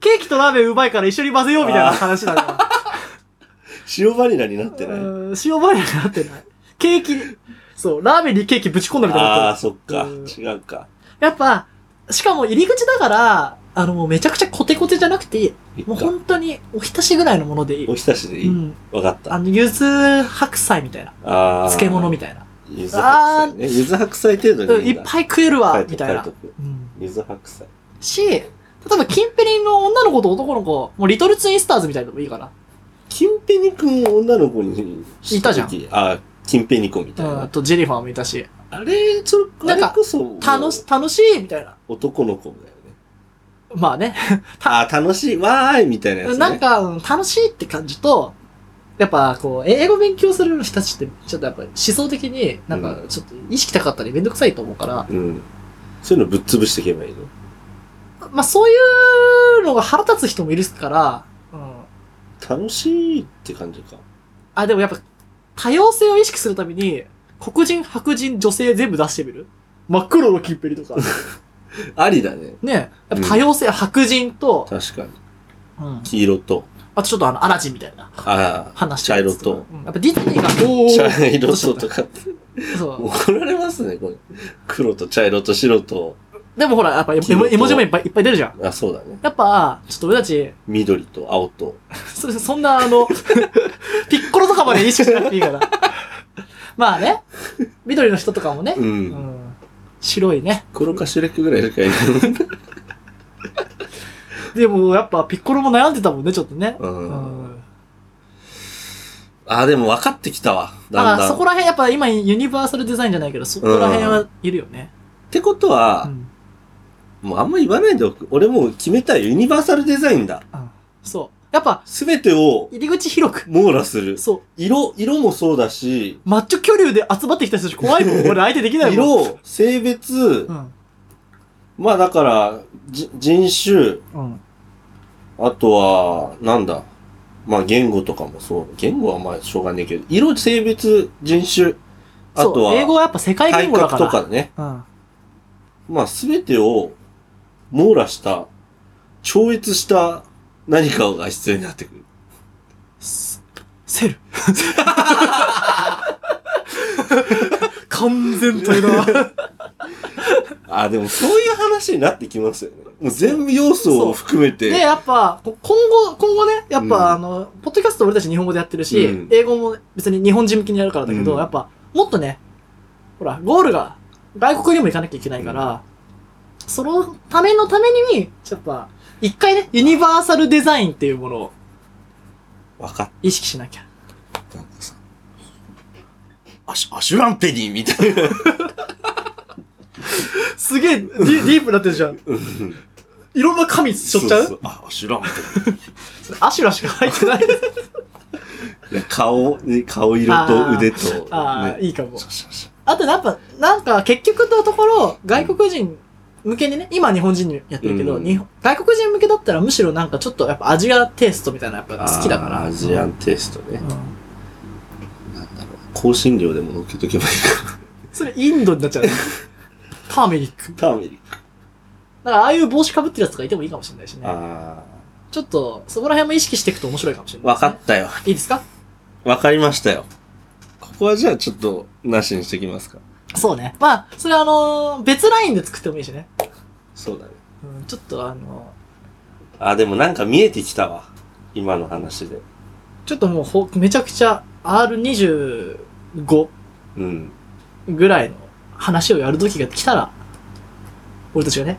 B: ケーキとラーメンうまいから一緒に混ぜようみたいな話だか
A: 塩バニラになって
B: ら。
A: な
B: う
A: い。
B: ん塩バニラになってない。ケーキ、そう、ラーメンにケーキぶち込んだみたいに
A: あ
B: な
A: あ、
B: って
A: そっか。
B: うん
A: 違うか。
B: る。やっぱ、しかも入り口だから、あのもうめちゃくちゃコテコテじゃなくていい。
A: いっか
B: もう本当におひたしぐらいのものでい
A: お
B: い。
A: ひたしでいい。
B: う
A: わ、
B: ん。
A: かった。
B: あの、ゆず白菜みたいな。
A: ああ。
B: 漬物みたいな。
A: ゆず白菜ね。ゆず白菜程度
B: うん
A: に
B: いっぱい食えるわ、みたいな
A: 書。とく
B: うん。
A: ゆず白菜。
B: し、例えば、キンペリンの女の子と男の子、もうリトルツインスターズみたいなのもいいかな。
A: キンペニ君を女の子に
B: いたじゃん
A: ん。あ、キンペニコみたい
B: うん。
A: な。
B: あと、ジェニファーもいたし。
A: あれ、それ、
B: な
A: あ
B: んか
A: れこそ、
B: 楽し、楽しいみたいな。
A: 男の子だよね。
B: まあね。
A: あー、楽しい、わーいみたいなやつね。
B: なんか、うん楽しいって感じと、やっぱこう、英語勉強する人たちって、ちょっとやっぱ思想的に、なんか
A: う
B: ちょっと意識高かったりめんどくさいと思うから、
A: うん。そういうのぶっ潰していけばいいの
B: まあそういうのが腹立つ人もいるから、うん。
A: 楽しいって感じか。
B: あ、でもやっぱ、多様性を意識するために、黒人、白人、女性全部出してみる真っ黒のキンペリ とか。
A: ありだね。
B: ねやっぱ多様性、白人と、
A: 確かに。
B: うん
A: 黄色と、
B: あとちょっとあの、アラジンみたいな
A: ああ、
B: 話してるやつか
A: 茶色と
B: うんやっぱディズニーが、おー
A: 茶色ととか。
B: そう。
A: 怒られますね、これ。黒と茶色と白と、
B: でもほら、やっぱ絵
A: 黄色
B: 文
A: と
B: 絵文字もいっぱいいっぱい出るじゃん。
A: あ、そうだね。
B: やっぱ、ちょっと俺たち、
A: 緑と青と。
B: そそんなあの、 ピッコロとかまで意識しなくていいから。 まあね、緑の人とかもね、
A: う。
B: うんん、白いね。
A: 黒かシュレックぐらいしかいない。
B: でもやっぱピッコロも悩んでたもんね、ちょっとね。
A: う。
B: うんん
A: あ、でも分かってきたわ。だ
B: だ
A: ん
B: から
A: だん。
B: そこ
A: っ
B: ら辺やっぱ今ユニバーサルデザインじゃないけど、そこら辺はいるよね。
A: てこと
B: う
A: は、
B: ん。
A: もうあんま言わないでおく。俺もう決めたい。ユニバーサルデザインだ。
B: うんそう。やっぱ、
A: すべてを
B: 入り口広く。
A: 網羅する。
B: そう。
A: 色、色もそうだし、
B: マッチョ巨竜で集まってきた人たち怖いもん。俺相手できないもん。
A: 色、性別
B: う、ん。
A: まあだから、じ人種、
B: うん。
A: あとは、なんだ。まあ言語とかもそう。言語はまあしょうがねえけど、色、性別、人種、あと
B: そう英語
A: は、
B: はやっぱ世界言
A: 体
B: 語だか
A: 格
B: ら。
A: とかね。
B: うん。
A: まあすべてを網羅した、超越した何かが必要になってくる。
B: セル。完全体だ。
A: あ、でもそういう話になってきますよね。もう全部要素を含め
B: で、
A: て。
B: やっぱ、こ今後、今後ね、やっぱ、
A: うん
B: あの、ポッドキャスト俺たち日本語でやってるし、
A: うん
B: 英語も別に日本人向けにやるからだけど、
A: うん
B: やっぱ、もっとね、ほら、ゴールが外国にも行かなきゃいけないから、そのためのために、やっぱ、一回ね、ユニバーサルデザインっていうものを
A: 分かっ
B: 意識しなきゃ。
A: たなんかさ。アシュ、アシュランペニーみたいな。
B: すげえ、ディディープになってるじゃん。いろんな神しょっちゃう
A: そそあ、アシュランペニー。
B: アシュラしか入ってない。
A: いや顔、ね、顔色と腕と、
B: ああ、
A: ね。
B: いいかも
A: そ。うそうそう
B: あとやっぱ、なんか結局のところ、外国人向けにね、今日本人にやってるけど、
A: うん
B: 日本外国人向けだったらむしろなんかちょっとやっぱアジアテイストみたいなのやっぱ好きだか
A: あー
B: ら。
A: アジアンテイストね
B: う。ん。
A: なんだろう。香辛料でも乗っけとけばいいか。
B: それインドになっちゃう。ターメリック。
A: ターメリック。
B: だからああいう帽子かぶってるやつとかいてもいいかもしれないしね。
A: あ
B: ちょっと、そこら辺も意識していくと面白いかもしれ
A: あ。
B: ない、
A: わかったよ。
B: いいですか
A: わかりましたよ。ここはじゃあちょっと、なしにしてきますか。
B: そうね。まあ、それあのー別ラインで作ってもいいしね。
A: そうだね。
B: うん、ちょっとあの
A: あ、でもなんか見えてきたわ。今の話で。
B: ーちょっともうほ、めちゃくちゃ R25
A: うん。
B: ぐらいの話をやる時が来たら、俺たちがね、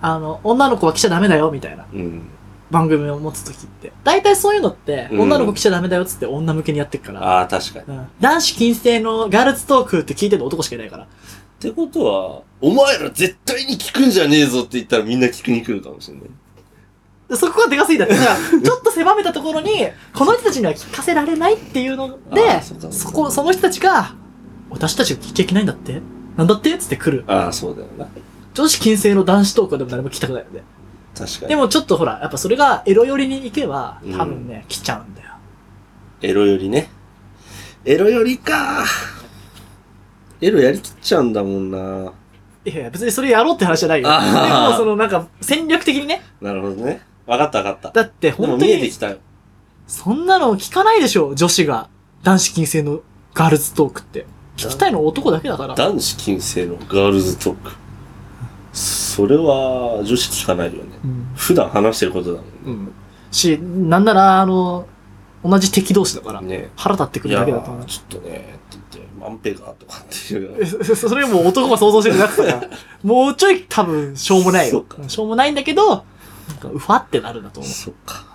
B: あの、女の子は来ちゃダメだよ、みたいな
A: うん。
B: 番組を持つ時って。大体そういうのって、
A: うん
B: 女の子来ちゃダメだよっつって女向けにやってるから。
A: ああ、確かに。っ
B: うん男子禁制のガールズトークって聞いてるの男しかいないから。
A: てことは、お前ら絶対に聞くんじゃねえぞって言ったらみんな聞くに来るかもしれない。
B: でそこがでかすぎたっ て。だから、ちょっと狭めたところに、この人たちには聞かせられないっていうの
A: あ
B: で、
A: ーそうか
B: そこ、その人たちが、私たちが聞いちゃいけないんだってなんだってっつって来る。
A: ああ、そうだよな。
B: 女子禁制の男子トークはでも誰も聞きたくないよね。
A: 確か
B: で
A: に。
B: もちょっとほら、やっぱそれがエロ寄りに行けば、多分ね、来ちゃうんだよ。
A: エロよりね。エロよりかエロやりきっちゃうんだもんない
B: やいや、別にそれやろうって話じゃないよ。で
A: あー
B: もそのなんか戦略的にね。
A: なるほどね。わかったわかっ
B: だって
A: た。でも
B: 本当
A: 見えて
B: に
A: き、たよ。
B: そんなの聞かないでしょ、女子が。男子禁制のガールズトークって。聞きたいの男だけだから。
A: 男子禁制のガールズトーク。それは女子聞かないよね。
B: うん。
A: 普段話してることだもんね。
B: うん。し、なんなら、あの、同じ敵同士だから、
A: ね
B: 腹立ってく
A: い
B: る
A: や
B: だけだと思
A: ー
B: う。。
A: ちょっとね、って言って、マンペがとかっていう
B: それもう男が想像してるだ けだから、もうちょい多分、しょうもない
A: そう
B: よ。
A: か
B: うんしょうもないんだけど、なんか、うわってなるんだと思う。
A: そっか。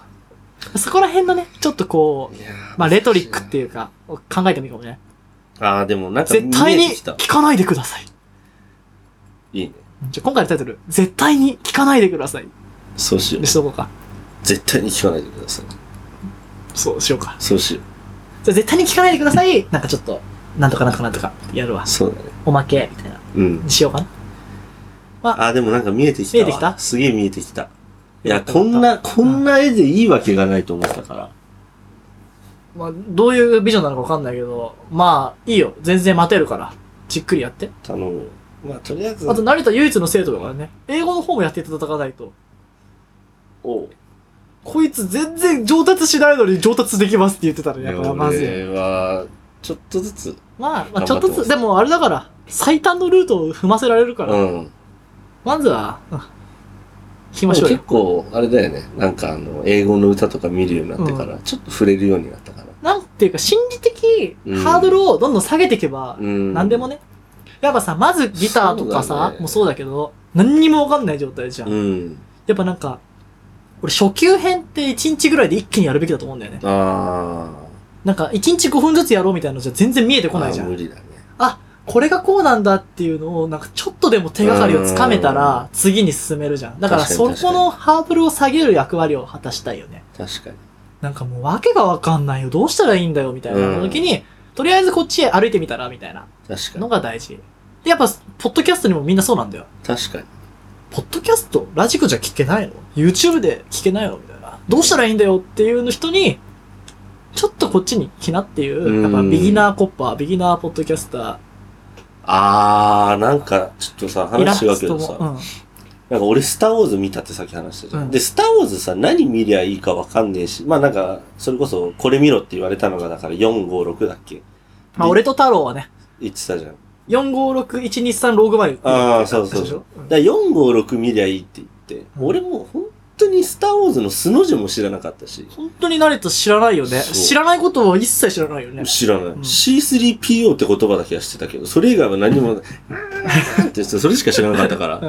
B: そこら辺のね、ちょっとこう、
A: いやー
B: まあ、レトリックっていうか、考えてもいいかもね。
A: ああ、でもなんか
B: 絶対
A: 見え
B: に
A: てきた。
B: 聞かないでください。
A: いいね。
B: じゃあ今回のタイトル、絶対に聞かないでください。
A: そうしよう
B: に。しとこうか。
A: 絶対に聞かないでください。
B: そうしようか。
A: そうしよ
B: じゃあ絶対に聞かないでください。なんかちょっと、なんとかなんとかなんとか、やるわ
A: う。。そうだね。
B: おまけ、みたいな。
A: うん。
B: しようかな。
A: あ、でもなんか見えてきたわ。
B: 見えてきた
A: すげえ見えてきた。いや、こんな、こんな絵でいいわけがないと思ったから。
B: まあ、どういうビジョンなのかわかんないけど、まあ、いいよ。全然待てるから。じっくりやって。
A: 頼む。まあ、とりあえず
B: あと、成田唯一の生徒だからね。英語の方もやっていただかないと。
A: お
B: こいつ全然上達しないのに上達できますって言ってたら、やっぱまずい。
A: 俺は、ちょっとずつ。
B: まあ、
A: 頑張って
B: まあ、
A: ます
B: ちょっとずつ、でもあれだから、最短のルートを踏ませられるから、
A: うん。
B: まずは、うん弾きましょう
A: 結
B: よ。
A: 構、あれだよね。なんか、あの、英語の歌とか見るようになってから、ちょっと触れるようになったかな。
B: なんていうか、心理的
A: うん
B: ハードルをどんどん下げていけば、
A: うん。
B: なんでも
A: ね。
B: ね。やっぱさ、まずギターとか
A: そうだ
B: さ、
A: ね
B: もうそうだけど、何にもわかんない状態じゃん。
A: うん。
B: やっぱなんか、俺初級編って1日ぐらいで一気にやるべきだと思うんだよね。
A: あ
B: なんか1日5分ずつやろうみたいなのじゃ全然見えて
A: ー。
B: こないじゃ
A: あー
B: ん。
A: 無理だね。
B: これがこうなんだっていうのを、なんかちょっとでも手がかりをつかめたら、次に進めるじゃん。だから
A: 確か
B: そ
A: に
B: このハードルを下げる役割を果たしたいよね。
A: 確かに。
B: なんかもう訳がわかんないよ。どうしたらいいんだよみたいな
A: うん
B: 時に、とりあえずこっちへ歩いてみたらみたいな
A: 確か
B: の
A: に。
B: が大事。で、やっぱ、ポッドキャストにもみんなそうなんだよ。
A: 確かに。
B: ポッドキャストラジコじゃ聞けないの ?YouTube で聞けないのみたいな。どうしたらいいんだよっていう人に、ちょっとこっちに来なっていう、やっぱ
A: うん
B: ビギナーコッパー、ビギナーポッドキャスタ
A: あー、なんか、ちょっとさ、
B: ー、イラ
A: 話違う
B: ス
A: け
B: ト
A: ど
B: も
A: さ、。なんか俺、スター・ウォーズ見たってさっき話したじゃん。
B: うん
A: で、スター・ウォーズさ、何見りゃいいかわかんねえし、まあなんか、それこそ、これ見ろって言われたのが、だから4、5、6だっけ
B: まあ、俺と太郎はね、
A: 言ってたじゃん。
B: 456123ローグマイル。
A: あーそうそう
B: でしょ
A: だから456見りゃいいって言って、
B: うん
A: 俺もう本当にスターウォーズの素の字も知らなかったし、
B: 本当に慣れた知らないよね。
A: そう
B: 知らないことを一切知らないよね。
A: 知らない。
B: ん
A: C3PO って言葉だけは知ってたけど、それ以外は何も、 ってそれしか知らなかったから、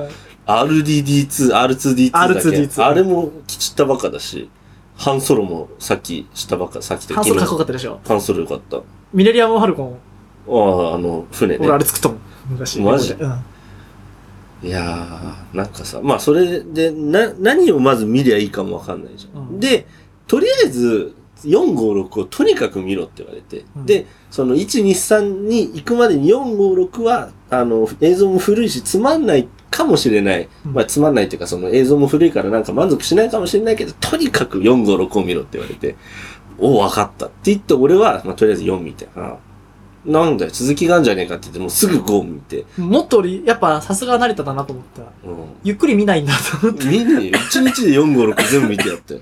A: RDD2、R2D2 だけ。
B: R2D2
A: あれも知ったばっかだし、ハンソロもさっきしたばっか、さっきと
B: ハンソルかっこ
A: 昨
B: よかったでしょ
A: 日ハンソロよかった。あ
B: ミレリアム・ハルコン。
A: あ、あの、船ね
B: 俺あ。れ作ったもん。昔。
A: マジ
B: うん。
A: いやー、なんかさ、まあそれで、な、何をまず見りゃいいかもわかんないじゃん。
B: うん
A: で、とりあえず、456をとにかく見ろって言われて、
B: うん
A: で、その123に行くまでに456は、あの、映像も古いし、つまんないかもしれない。
B: うん
A: まあつまんないっていうか、その映像も古いからなんか満足しないかもしれないけど、とにかく456を見ろって言われて、おわかったって言って、俺は、まあとりあえず4見て、あなんだよ、続きがあんじゃねえかって言って、もうすぐ5見て、
B: もっと俺、やっぱさすが慣れただなと思った。
A: うん
B: ゆっくり見ないんだと思って。
A: 見ねえよ。一日で4、5、6全部見てやったよ。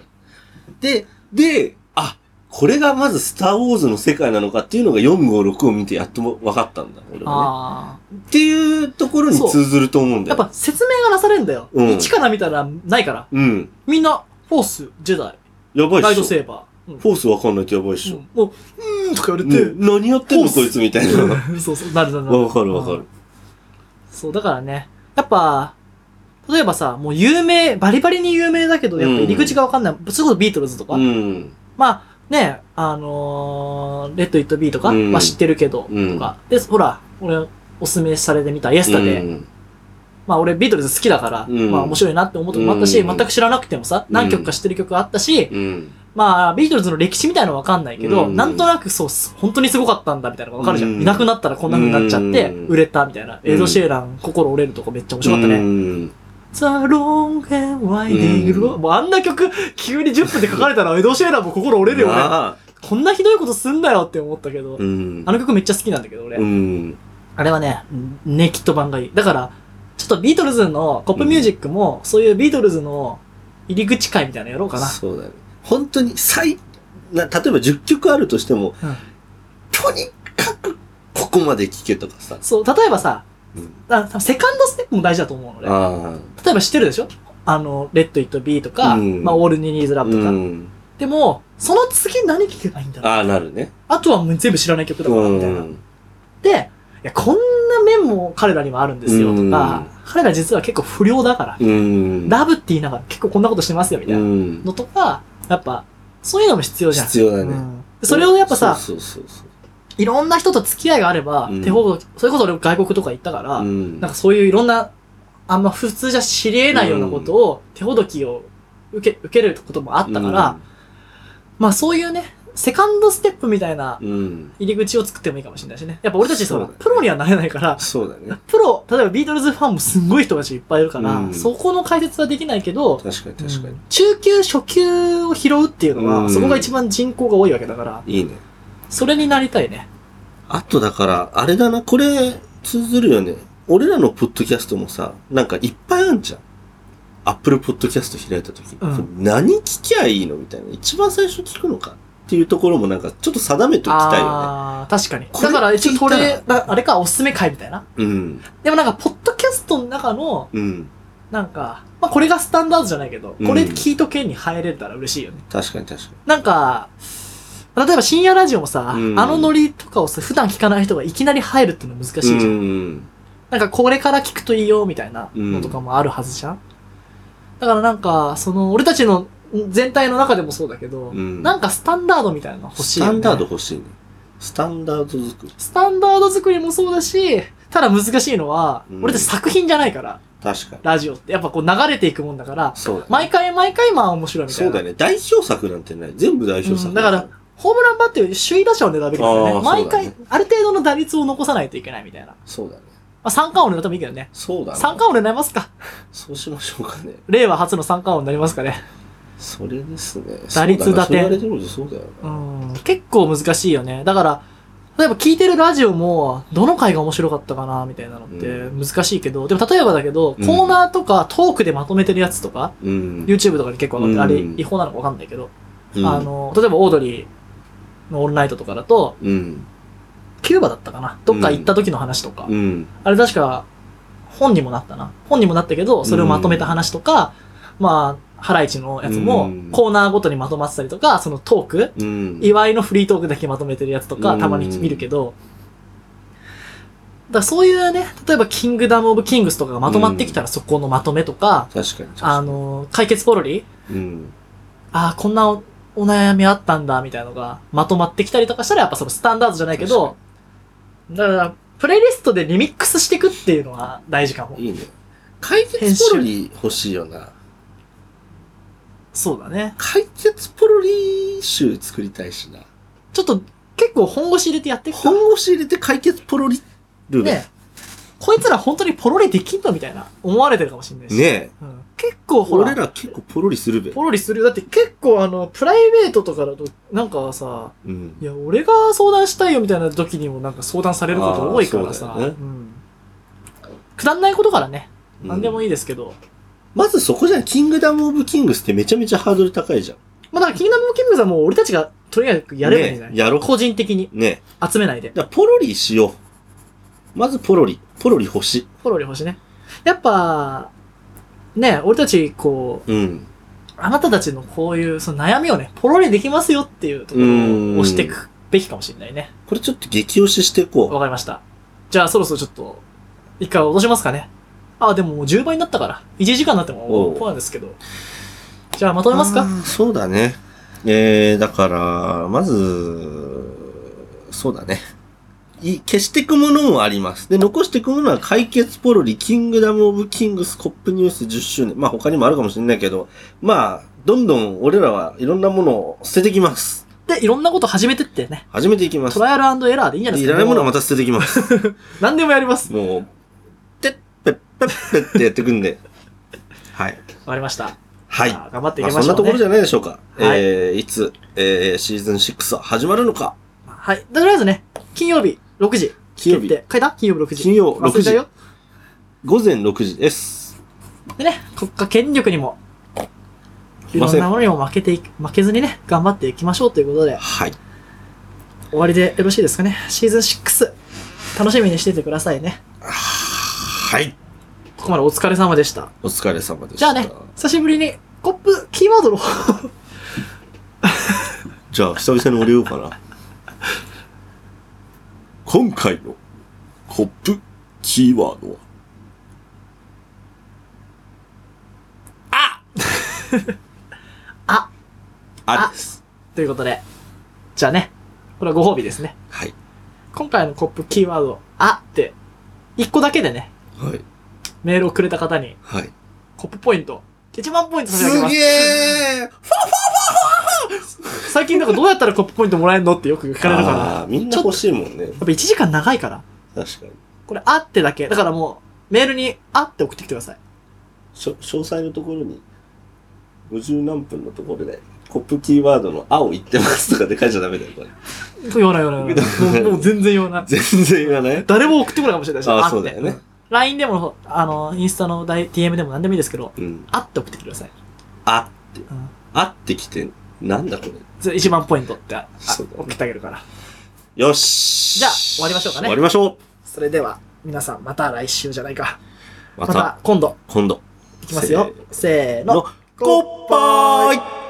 A: で、で、あ、これがまずスターウォーズの世界なのかっていうのが4、5、6を見てやっと分かったんだ、俺は
B: ああ。
A: ね。っていうところに通ずると思うんだ
B: やっ
A: よ。
B: ぱ説明がなされんだよ。
A: うん
B: 一から見たらないから。
A: うん。
B: みんな、フォース、ジェダイ、
A: やば
B: ラ
A: い
B: イ
A: っ
B: ド
A: しょ。
B: セーバー。うん
A: フォース分かんないとやばいっし
B: う
A: ょ。
B: んもう、うーんとか言われて
A: ね、何やってんの
B: フ
A: こ
B: ォース
A: いつみたいな。わ
B: そうそう、なるなるなる。
A: かるわか
B: う
A: る
B: ん。。そう、だからね、やっぱ、例えばさ、もう有名、バリバリに有名だけど、やっぱ入り口がわかんない。それこそビートルズとか。
A: うん。
B: まあ、ね、あのー、レッド・イット・ビーとか
A: うん
B: は知ってるけど、
A: うん
B: とか。で、ほら、俺、おすすめされてみた、イエスタで、
A: うん
B: まあ俺ビートルズ好きだから、
A: うん
B: まあ面白いなって思うとこもあったし、
A: うん
B: 全く知らなくてもさ、何曲か知ってる曲あったし、
A: うん。
B: まあビートルズの歴史みたいのわかんないけど、
A: うん
B: なんとなくそうっす、本当にすごかったんだみたいなのがわかるじゃん。
A: うん
B: いなくなったらこんな風になっちゃって、
A: うん
B: 売れたみたいな。エド・シェーラン、心折れるとこめっちゃ面白かったね。
A: ね。
B: The long and winding
A: う
B: road もうあんな曲、急に10分で書かれたら、エド・シェーランも心折れるよね。
A: なあ
B: こんなひどいことすんだよって思ったけど、
A: うん
B: あ。の曲めっちゃ好きなんだけど、俺。
A: うん。
B: あれはね、ネキット版がいい。だから、ちょっとビートルズのコップミュージックも、そういうビートルズの入り口会みたいなのやろうかな。
A: そうだね。本当に最、な例えば10曲あるとしても、
B: うん
A: とにかくここまで聴けとかさ。
B: そう、例えばさ、
A: うん
B: あ多分セカンドステップも大事だと思うのね。
A: あ
B: 例えば知ってるでしょあの、レッド・イット・ビーとか、
A: うん
B: まあ、オール・ニー・ニーズ・ラ
A: あ。
B: ブとか。
A: うん
B: でも、その次何聴けばいいんだろう。
A: ああ、なるね。
B: あとはもう全部知らない曲だから、みたいな。
A: ん。
B: で、いや、こんな面も彼らにはあるんですよ、と
A: う
B: か
A: ん、
B: 彼ら実は結構不良だから、
A: うん。
B: ラブって言いながら結構こんなことしてますよ、みた
A: う。
B: いなんのとか、やっぱ、そういうのも必要じゃん。
A: 必要だ
B: う
A: ね。
B: んそれをやっぱさ、
A: そうそうそう
B: いろんな人と付き合いがあれば、
A: うん
B: 手ほど、それこそ俺外国とか行ったから、
A: そう。うん
B: なんかそういういろんな、あんま普通じゃ知り得ないようなことを、手ほどきを受け、受けることもあったから、、まあそういうね、セカンドステップみたいな
A: うん。
B: 入り口を作ってもいいかもしれないしね。やっぱ俺たちそ
A: そう
B: の
A: だね
B: プロにはなれないから、
A: そうだね。
B: プロ、例えばビートルズファンもすんごい人たちいっぱいいるから、
A: うん
B: そこの解説はできないけど、
A: 確かに確か
B: う
A: に
B: ん。中級、初級を拾うっていうのは、
A: うん
B: そこが一番人口が多いわけだから、
A: いいね。
B: それになりたいね。
A: あとだから、あれだな、これ、通ずるよね。俺らのポッドキャストもさ、なんかいっぱいあんじゃん。アップルポッドキャスト開いた時、
B: うん
A: 何聞きゃいいのみたいな。一番最初聞くのかっていうところもなんかちょっと定めておきたいよね。
B: ああ、確かに。
A: これ
B: だから一応こ
A: 聞い
B: れ
A: た、
B: ああれか、おすすめ会みたいな。
A: うん。
B: でもなんか、ポッドキャストの中の、
A: うん。
B: なんか、まあこれがスタンダードじゃないけど、
A: うん
B: これ聞いとけに入れたら嬉しいよね。
A: 確かに確か
B: なんか、例えば深夜ラジオもさ、
A: うん
B: あのノリとかをさ、普段聞かない人がいきなり入るっていうの難しい
A: に。
B: じゃん。
A: うん。
B: なんかこれから聞くといいよみたいなのとかもあるはずじゃん。だからなんか、その、俺たちの全体の中でもそうだけど、
A: うん
B: なんかスタンダードみたいなの欲し
A: ス
B: いよ、
A: タ
B: ね。
A: ンダード。欲しいね。スタンダード作り。
B: スタンダード作りもそうだし、ただ難しいのは、
A: うん
B: 俺たち作品じゃないから、
A: 確かに。
B: ラジオって。やっぱこう流れていくもんだから、
A: そうだね。
B: 毎回毎回まあ面白いみたい
A: そ
B: な。
A: うだよね。代表作なんてない。全部代表
B: う
A: 作
B: んだからホームランバットより首位打者を狙うべきだよ
A: あ
B: ね。
A: ー
B: 毎
A: そうだ
B: 回、ある程度の打率を残さないといけないみたいな。ま
A: そうだね。
B: あ、三冠王狙ってもいいけどね。
A: そうだね。
B: 三冠王狙いますか。
A: そうしましょうかね。
B: 令和初の三冠王になりますかね。
A: それですね。
B: 打率
A: そうだ
B: 打点
A: なそう言われてみるとそうだよ
B: う
A: な。
B: ん結構難しいよね。だから、例えば聞いてるラジオも、どの回が面白かったかな、みたいなのって
A: う
B: 難しいけど、でも例えばだけど、
A: うん
B: コーナーとかトークでまとめてるやつとか、
A: うん。
B: YouTube とかで結構上がって
A: うん
B: あれ違法なのかわかんないけど、
A: うん
B: あ、の、例えばオードリーのオンライトとかだと、
A: うん。
B: キューバだったかなどっか行った時の話とか、
A: うん。
B: あれ確か本にもなったな。本にもなったけど、それをまとめた話とか、まあ、ハライチのやつも
A: うん
B: コーナーごとにまとまってたりとか、そのトーク、
A: うん。
B: 祝いのフリートークだけまとめてるやつとか、
A: うん
B: たまに見るけど、だからそういうね、例えばキングダム・オブ・キングスとかがまとまってきたらそこのまとめとか、
A: 確かに。確
B: あ
A: か
B: の、解決ポロリ
A: に。うん。
B: ああ、こんなおお悩みあったんだ、みたいなのがまとまってきたりとかしたらやっぱそのスタンダードじゃないけど、だから、プレイリストでリミックスしていくっていうのは大事かも。
A: いいね。解決ポロリ欲しいよな。
B: そうだね。
A: 解決ポロリ集作りたいしな。
B: ちょっと結構本腰入れてやっていくか。
A: 本腰入れて解決ポロリル
B: ね。こいつら本当にポロリできんのみたいな思われてるかもしれないし。
A: ねえ。
B: うん結構ほら。
A: 俺ら結構ポロリするべ。
B: ポロリするよ。だって結構あの、プライベートとかだと、なんかさ、
A: うん
B: い。や、俺が相談したいよみたいな時にもなんか相談されること多いからさ
A: あー、そうだよね
B: んくだんないことからね、なんでも
A: いい。
B: いいですけど。
A: まずそこじゃん。キングダム・オブ・キングスってめちゃめちゃハードル高いじゃん。
B: まあ、だから、キングダム・キングさんも俺たちがとりあえずやればいいんじゃない、
A: ねやろう
B: 個人的に
A: ね。
B: 集めないで。
A: だからポロリしよう。まずポロリ。ポロリ欲しい。
B: ポロリ欲しいね。やっぱ、ね、俺たち、こう、
A: うん。
B: あなたたちのこういうその悩みをね、ポロリできますよっていうところを押していくべきかもしれないね。
A: これちょっと激推ししていこ
B: わかりました。じゃあそろそろちょっと、一回落としますかね。あ、でももう10倍になったから。1時間になって
A: お
B: も
A: う
B: こうなんですけど。じゃあまと
A: う。
B: めます
A: あ
B: か
A: ーそうだね。えー、だから、まず、そうだね。い消していくものもあります。で、残していくものは解決ポロリ、キングダム・オブ・キングス、コップニュース10周年。まあ他にもあるかもしれないけど、まあ、どんどん俺らはいろんなものを捨てていきます。
B: で、いろんなこと始めてってね。
A: 始めていきます
B: ト。ライアルエラーでいいんじゃない
A: い
B: です
A: らな
B: か、
A: いものは
B: も
A: また
B: う
A: 捨てていきます。
B: 何でもやります。
A: もう、てっぺっぺっぺってやってくんで。はい。
B: わかりました。
A: はい。
B: じゃあ頑張ってい
A: まあ、
B: きま
A: そん
B: し
A: な
B: ょう、
A: ところじ
B: ね。
A: ゃないでしょうか。
B: はい
A: えー、いつ、えー、シーズン6は始まるのか。
B: はい。とりあえずね、金曜日6時。
A: 金曜日
B: 決定書いた金曜日6時。
A: 金曜
B: 忘れたよ。
A: 午前6時です。
B: でね、国家権力にも、い
A: いま
B: ろん
A: せん
B: なものにも負けていく、負けずにね、頑張っていきましょうということで。
A: はい。
B: 終わりでよろしいですかね。シーズン6、楽しみにしててくださいね。
A: はい。
B: ここまでお疲れ様でした。
A: お疲れ様でした。
B: じゃあね、久しぶりにコップ、キーワードの方
A: じゃあ、久々に俺言おうかな。 今回のコップキーワードは、
B: あ
A: あです。
B: ということで。じゃあね、これはご褒美ですね。
A: はい。
B: 今回のコップ、キーワード、あって、1個だけでね、
A: はい。
B: メールをくれた方に、
A: はい。
B: コップポイント、1万ポイント差し上げ
A: す
B: ます。
A: げえ
B: 最最近なんかどうやったらコップポイントもらえるのってよく聞かれるから。やっ
A: あーみんな欲しいもんね。
B: ぱ1時間長いから。
A: 確かに。
B: これ、あってだけ。だからもう、メールに、あって送ってきてください。
A: しょ詳細のところに、50何分のところで、コップキーワードの青言ってますとかで書いちゃダメだよ、これ。
B: 言わない言わない言わない。もうもう全然言わない。
A: 全然言わない
B: 誰も送ってこないかもしれないし。
A: あー
B: って
A: そうだよね。
B: LINE でも、あの、インスタの DM でも何でもいいですけど、
A: うん。
B: あって送ってきてください。
A: あ、
B: うん
A: あってきて、なんだこれ。
B: ぜ1万ポイントってあ
A: そうだね
B: 送ってあげるから。
A: よし
B: じゃあ終わりましょうかね
A: 終わりましょ
B: それでは、皆さんまた来週じゃないか。
A: うま
B: ま
A: た、
B: た今度、
A: 今度。
B: いきますよ。せーの。
A: の、ごっぱーい